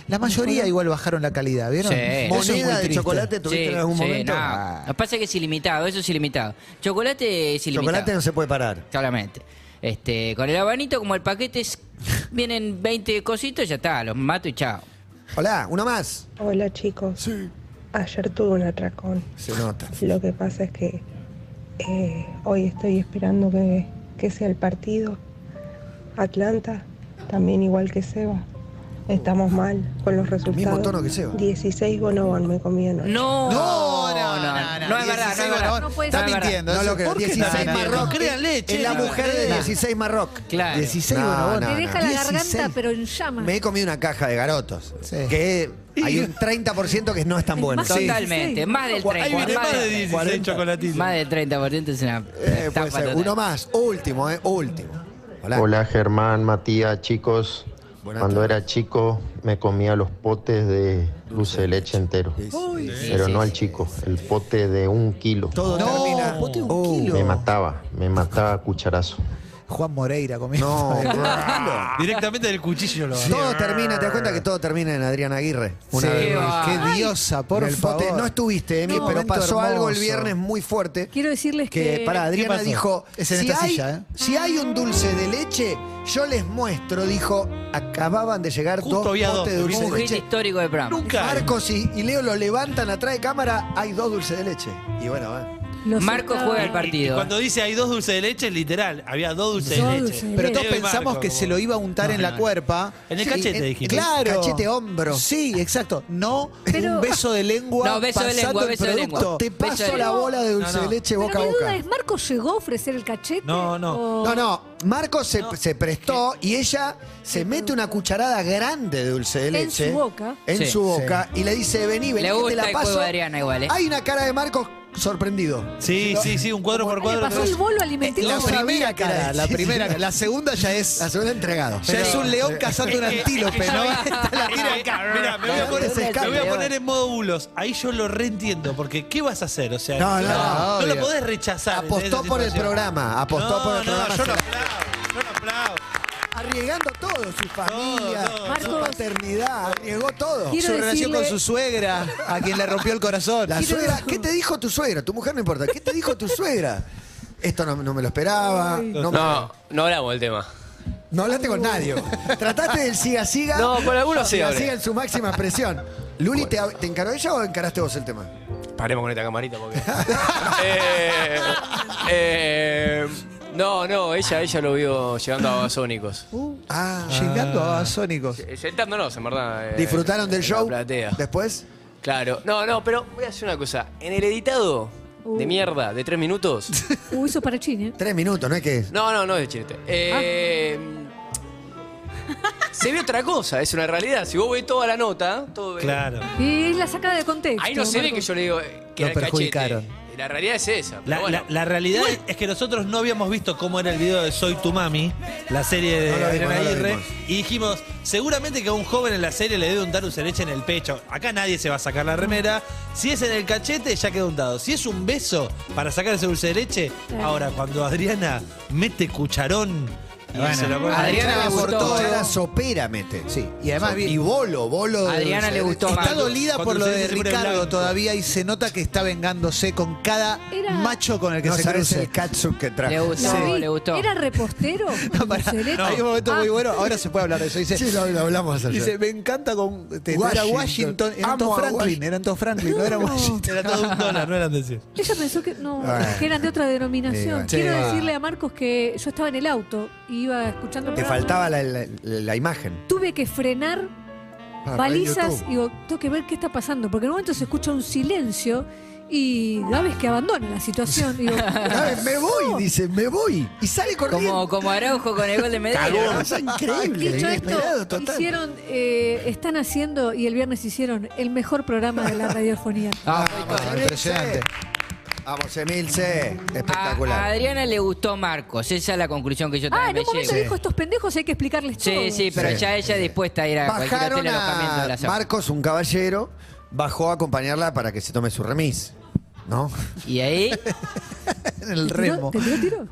Speaker 7: La mayoría igual bajaron la calidad, ¿vieron?
Speaker 2: Sí.
Speaker 7: Eso es muy
Speaker 5: ¿Moneda de
Speaker 7: triste.
Speaker 5: chocolate tuviste en algún momento?
Speaker 2: no.
Speaker 5: Ah.
Speaker 2: Lo que pasa es que es ilimitado, eso es ilimitado. Chocolate es ilimitado.
Speaker 5: Chocolate no se puede parar.
Speaker 2: Claramente. Este, con el abanito, como el paquete es- vienen 20 cositos, ya está, los mato y chao.
Speaker 5: Hola, uno más.
Speaker 15: Hola chicos. Ayer tuve un atracón.
Speaker 5: Se nota.
Speaker 15: Lo que pasa es que eh, hoy estoy esperando que, que sea el partido. Atlanta, también igual que Seba. Estamos mal con los resultados.
Speaker 5: tono que Seba.
Speaker 15: 16 bonobón me comí anoche.
Speaker 2: No,
Speaker 7: No, no, no, no,
Speaker 2: no es verdad, no es
Speaker 7: 16
Speaker 2: verdad.
Speaker 7: no
Speaker 8: puede
Speaker 7: está
Speaker 2: ser.
Speaker 7: mintiendo.
Speaker 5: No
Speaker 7: eso.
Speaker 5: lo creo.
Speaker 7: ¿Por qué
Speaker 5: 16
Speaker 7: está mintiendo?
Speaker 5: Marroc.
Speaker 6: Créanle, che,
Speaker 5: Es la
Speaker 6: no,
Speaker 5: mujer de
Speaker 2: no.
Speaker 5: 16 Marroc.
Speaker 2: Claro.
Speaker 7: 16
Speaker 5: No,
Speaker 7: bonobón.
Speaker 5: no,
Speaker 8: Te
Speaker 5: no.
Speaker 8: deja la
Speaker 7: 16.
Speaker 8: garganta, pero en llamas.
Speaker 5: Ah, Me he comido una caja de garotos.
Speaker 7: Sí.
Speaker 5: Que hay un 30% que no es tan
Speaker 8: Es
Speaker 5: bueno.
Speaker 8: más
Speaker 5: Sí. Eh,
Speaker 2: Totalmente, más del 30.
Speaker 6: Ahí viene más de 16 chocolatitos.
Speaker 2: Más del 30% es una
Speaker 5: Eh, puede
Speaker 2: tapa
Speaker 5: ser.
Speaker 2: total.
Speaker 5: Uno más. Último, eh. Último. Hola.
Speaker 16: Hola Germán, Matías, chicos.
Speaker 5: Buenas
Speaker 16: Cuando
Speaker 5: tardes.
Speaker 16: era chico me comía los potes de dulce de leche entero.
Speaker 2: Uy, sí,
Speaker 16: Pero
Speaker 2: sí,
Speaker 16: no al
Speaker 2: sí.
Speaker 16: chico, el pote de un kilo.
Speaker 5: Todo termina.
Speaker 7: pote un
Speaker 5: Oh.
Speaker 7: kilo.
Speaker 16: Me mataba, me mataba a cucharazo.
Speaker 7: Juan Moreira comiendo.
Speaker 16: <laughs>
Speaker 5: No,
Speaker 6: Directamente del cuchillo lo
Speaker 5: todo termina, te das cuenta que todo termina en Adrián Aguirre.
Speaker 2: Sí,
Speaker 5: vez más.
Speaker 2: va.
Speaker 7: Qué
Speaker 5: Ay,
Speaker 7: diosa, por
Speaker 5: en el
Speaker 7: favor.
Speaker 5: pote. No estuviste, Emi,
Speaker 7: Qué
Speaker 5: pero
Speaker 7: momento
Speaker 5: pasó algo el
Speaker 7: hermoso.
Speaker 5: viernes muy fuerte.
Speaker 8: Quiero decirles que.
Speaker 5: Que para Adriana
Speaker 7: pasó?
Speaker 5: dijo,
Speaker 7: Es en
Speaker 5: si,
Speaker 7: esta
Speaker 5: hay,
Speaker 7: silla, ¿eh?
Speaker 5: si hay un dulce de leche, yo les muestro, dijo, acababan de llegar
Speaker 6: Justo
Speaker 5: dos
Speaker 6: había
Speaker 5: potes
Speaker 6: dos,
Speaker 5: de dulce
Speaker 2: Un
Speaker 5: de
Speaker 2: hit
Speaker 5: leche.
Speaker 2: histórico del programa.
Speaker 6: Nunca.
Speaker 5: Marcos y, y Leo lo levantan atrás de cámara, hay dos dulces de leche. Y bueno, va.
Speaker 8: los
Speaker 2: Marco
Speaker 8: sentaba-
Speaker 2: juega el
Speaker 6: Y, y
Speaker 2: partido.
Speaker 6: cuando dice hay dos dulces de leche, es literal. Había dos dulces
Speaker 8: Dos
Speaker 6: de leche.
Speaker 8: dulces de
Speaker 7: Pero
Speaker 8: leche.
Speaker 7: todos
Speaker 6: Leo y Marco,
Speaker 7: pensamos que
Speaker 6: como-
Speaker 7: se lo iba a untar
Speaker 6: No,
Speaker 7: en la
Speaker 6: no.
Speaker 7: cuerpa.
Speaker 6: En el
Speaker 7: Sí,
Speaker 6: cachete,
Speaker 7: en-
Speaker 6: dijimos.
Speaker 7: Claro.
Speaker 5: Cachete, hombro.
Speaker 7: Sí, exacto. No
Speaker 8: Pero-
Speaker 7: un beso de lengua
Speaker 2: No, beso de
Speaker 7: pasando
Speaker 2: lengua,
Speaker 7: el
Speaker 2: beso de
Speaker 7: producto.
Speaker 2: lengua.
Speaker 5: Te
Speaker 2: Beso de
Speaker 5: paso la
Speaker 2: lengua.
Speaker 5: bola de dulce
Speaker 6: No, no.
Speaker 5: de leche
Speaker 8: Pero
Speaker 5: boca a
Speaker 8: mi duda
Speaker 5: boca.
Speaker 8: es: ¿Marco llegó a ofrecer el cachete?
Speaker 6: No, no.
Speaker 8: o-
Speaker 5: No, no, Marcos se, se prestó y ella se mete una cucharada grande de dulce de
Speaker 8: En
Speaker 5: leche.
Speaker 8: su boca.
Speaker 5: En
Speaker 2: Sí.
Speaker 5: su boca. Y le dice, vení,
Speaker 2: Le
Speaker 5: vení, que te
Speaker 2: gusta
Speaker 5: la
Speaker 2: el juego
Speaker 5: paso.
Speaker 2: de Adriana igual, ¿eh?
Speaker 5: Hay una cara de Marcos sorprendido.
Speaker 6: Sí, sí, sí, un cuadro por
Speaker 8: Le
Speaker 6: cuadro.
Speaker 8: pasó el bolo alimenticio.
Speaker 7: La
Speaker 5: No sabía
Speaker 7: primera
Speaker 5: que era
Speaker 7: cara, la
Speaker 5: leche.
Speaker 7: primera, la segunda ya
Speaker 5: La <laughs>
Speaker 7: es
Speaker 5: segunda entregado.
Speaker 7: ya es un
Speaker 5: eh,
Speaker 7: león
Speaker 6: <laughs>
Speaker 7: cazando un antílope, ¿no? Está la tira acá.
Speaker 6: Mira, me voy, a poner,
Speaker 5: Se escapa.
Speaker 6: me voy a poner en modo bulos. Ahí yo lo reentiendo, porque ¿qué vas a hacer? O sea,
Speaker 5: No, no,
Speaker 6: no lo
Speaker 7: obvio.
Speaker 6: podés rechazar. ¿entendés
Speaker 5: Apostó
Speaker 6: la
Speaker 5: por el
Speaker 6: situación?
Speaker 5: programa. Apostó
Speaker 6: no,
Speaker 5: por el
Speaker 6: no,
Speaker 5: programa.
Speaker 6: Yo lo aplaudo, yo lo aplaudo.
Speaker 5: Arriesgando todo, su familia,
Speaker 6: Todo, todo,
Speaker 5: su
Speaker 8: todo.
Speaker 5: paternidad, arriesgó todo.
Speaker 8: Quiero
Speaker 7: Su relación
Speaker 8: decirle-
Speaker 7: con su suegra, a quien le rompió el corazón.
Speaker 5: La
Speaker 7: Quiero-
Speaker 5: suegra, ¿qué te dijo tu suegra? Tu mujer no importa. ¿Qué te dijo tu suegra? Esto no, no me lo esperaba. No,
Speaker 17: No, no hablamos del tema.
Speaker 5: no hablaste con nadie. ¿Trataste del siga siga?
Speaker 17: No, con algunos sí
Speaker 5: Siga
Speaker 17: hablé.
Speaker 5: siga en su máxima expresión. Luli, ¿te, ¿te encaró ella o encaraste vos el tema?
Speaker 17: Paremos con esta camarita porque. <laughs> Eh, eh, no, no, ella, ella lo vio llegando a Babasónicos.
Speaker 5: Ah,
Speaker 7: Llegando a Sónicos.
Speaker 17: Eh, Sentándonos, en verdad. eh,
Speaker 5: ¿Disfrutaron del
Speaker 17: en la
Speaker 5: show?
Speaker 17: platea.
Speaker 5: Después,
Speaker 17: Claro. No, no, pero voy a hacer una cosa. En el editado de mierda de tres minutos.
Speaker 8: Uy, eso para China.
Speaker 5: tres minutos, ¿no es que?
Speaker 17: No, no, no es de chiste. Eh, Se ve otra cosa, es una realidad. Si vos ves toda la nota, todo ve-
Speaker 6: Claro.
Speaker 8: Y es la sacada de contexto.
Speaker 17: ahí no se ve
Speaker 8: Marco.
Speaker 17: que yo le digo eh, que
Speaker 7: Lo
Speaker 17: era el
Speaker 7: perjudicaron.
Speaker 17: cachete. La realidad es esa. pero
Speaker 6: La,
Speaker 17: bueno.
Speaker 6: la- la realidad es que nosotros no habíamos visto cómo era el video de Soy tu mami, la serie de
Speaker 5: No lo vimos,
Speaker 6: Adriana
Speaker 5: no lo
Speaker 6: Aguirre,
Speaker 5: vimos.
Speaker 6: y dijimos, seguramente que a un joven en la serie le debe untar dulce de leche en el pecho. Acá nadie se va a sacar la remera. Si es en el cachete, ya queda untado. Si es un beso para sacar ese dulce de leche,
Speaker 8: Claro.
Speaker 6: ahora cuando Adriana mete cucharón y
Speaker 7: Bueno,
Speaker 6: se lo pone-
Speaker 7: Adriana
Speaker 5: le
Speaker 7: va por
Speaker 5: gustó,
Speaker 2: ¿eh?
Speaker 7: todo.
Speaker 5: la sopera mete.
Speaker 7: Sí, y además vi-
Speaker 5: Y bolo, bolo. de
Speaker 2: Adriana
Speaker 5: dulce
Speaker 2: le
Speaker 5: de
Speaker 2: gustó
Speaker 5: leche.
Speaker 2: más.
Speaker 7: Está
Speaker 2: Cuando-
Speaker 7: dolida
Speaker 6: cuando
Speaker 7: por lo
Speaker 6: se
Speaker 7: de
Speaker 6: dice siempre
Speaker 7: Ricardo
Speaker 6: blanco.
Speaker 7: todavía y se nota que está vengándose con cada
Speaker 8: Era-
Speaker 7: macho con el que
Speaker 5: No
Speaker 7: se
Speaker 5: sabes el
Speaker 7: crece.
Speaker 5: catsup que trajo.
Speaker 2: Le gustó,
Speaker 8: Lo vi.
Speaker 2: le gustó.
Speaker 8: ¿Era repostero?
Speaker 7: Pará,
Speaker 8: Celeste.
Speaker 7: <laughs> Hay un momento muy
Speaker 8: Ah,
Speaker 7: bueno, ahora se puede hablar de eso. Dice,
Speaker 5: Sí, lo, lo hablamos ayer.
Speaker 7: dice, me encanta con te- no era
Speaker 5: Washington.
Speaker 7: Washington, era
Speaker 5: Amo
Speaker 7: todo
Speaker 5: a
Speaker 7: Franklin,
Speaker 5: Washington.
Speaker 7: era todo Franklin, no era
Speaker 8: <laughs> No.
Speaker 7: Washington.
Speaker 6: Era todo un dólar, no eran de cien.
Speaker 8: Ella pensó que no,
Speaker 5: Bueno.
Speaker 8: que eran de otra denominación.
Speaker 5: Sí,
Speaker 8: Quiero
Speaker 5: bueno.
Speaker 8: decirle a Marcos que yo estaba en el auto y iba escuchando. el
Speaker 5: Te
Speaker 8: programa.
Speaker 5: faltaba la, la- la imagen.
Speaker 8: Tuve que frenar Ah,
Speaker 5: Ah,
Speaker 8: balizas y digo, tengo que ver qué está pasando, porque en un momento se escucha un silencio y Gávez que abandona la situación. Digo,
Speaker 5: Gávez, Ah, me voy, dice, me voy. Y sale corriendo.
Speaker 2: Como, como Araujo con el gol de Medellín.
Speaker 5: Es increíble. eh.
Speaker 8: Dicho esto,
Speaker 5: inesperado, total.
Speaker 8: hicieron, eh, están haciendo y el viernes hicieron el mejor programa de
Speaker 5: <laughs>
Speaker 8: la radiofonía.
Speaker 2: Ah,
Speaker 5: Vamos, impresionante. Ah, Vamos, Emilce.
Speaker 2: A
Speaker 5: Espectacular.
Speaker 2: Ah, Adriana le gustó Marcos, esa es la conclusión que yo
Speaker 8: Ah,
Speaker 2: también
Speaker 8: en un
Speaker 2: me
Speaker 8: momento
Speaker 2: llevo.
Speaker 8: dijo, estos pendejos hay que explicarles todo.
Speaker 2: Sí, sí, pero
Speaker 5: Sí,
Speaker 2: ya ella dispuesta a ir a cualquier
Speaker 5: Bajaron
Speaker 2: hotel alojamiento de
Speaker 5: a
Speaker 2: la zona.
Speaker 5: Marcos, un caballero, bajó a acompañarla para que se tome su remis. ¿No?
Speaker 2: Y ahí,
Speaker 5: en el
Speaker 8: ¿Te tiró-
Speaker 5: remo.
Speaker 8: ¿Te tiró tiro?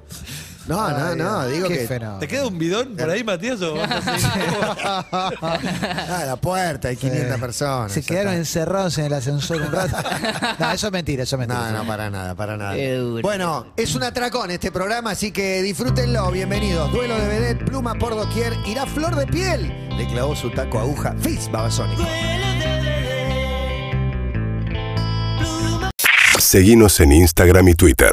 Speaker 5: No, no, no, digo
Speaker 7: Qué
Speaker 5: que.
Speaker 7: fenómeno.
Speaker 6: ¿Te queda un bidón por ahí, Matías?
Speaker 5: <laughs>
Speaker 6: O vas a
Speaker 5: Ah, la puerta, hay 500 personas.
Speaker 7: Se
Speaker 5: ya
Speaker 7: quedaron
Speaker 5: está.
Speaker 7: encerrados en el ascensor un rato.
Speaker 5: <laughs>
Speaker 7: no, eso es mentira, eso es mentira.
Speaker 5: No, no, para nada, para nada.
Speaker 2: Qué duro.
Speaker 5: Bueno, es un atracón este programa, así que disfrútenlo. Bienvenidos. Duelo de vedette, pluma por doquier, irá flor de piel. Le clavó su taco aguja, Fizz Babasónico.
Speaker 18: Seguinos en Instagram y Twitter.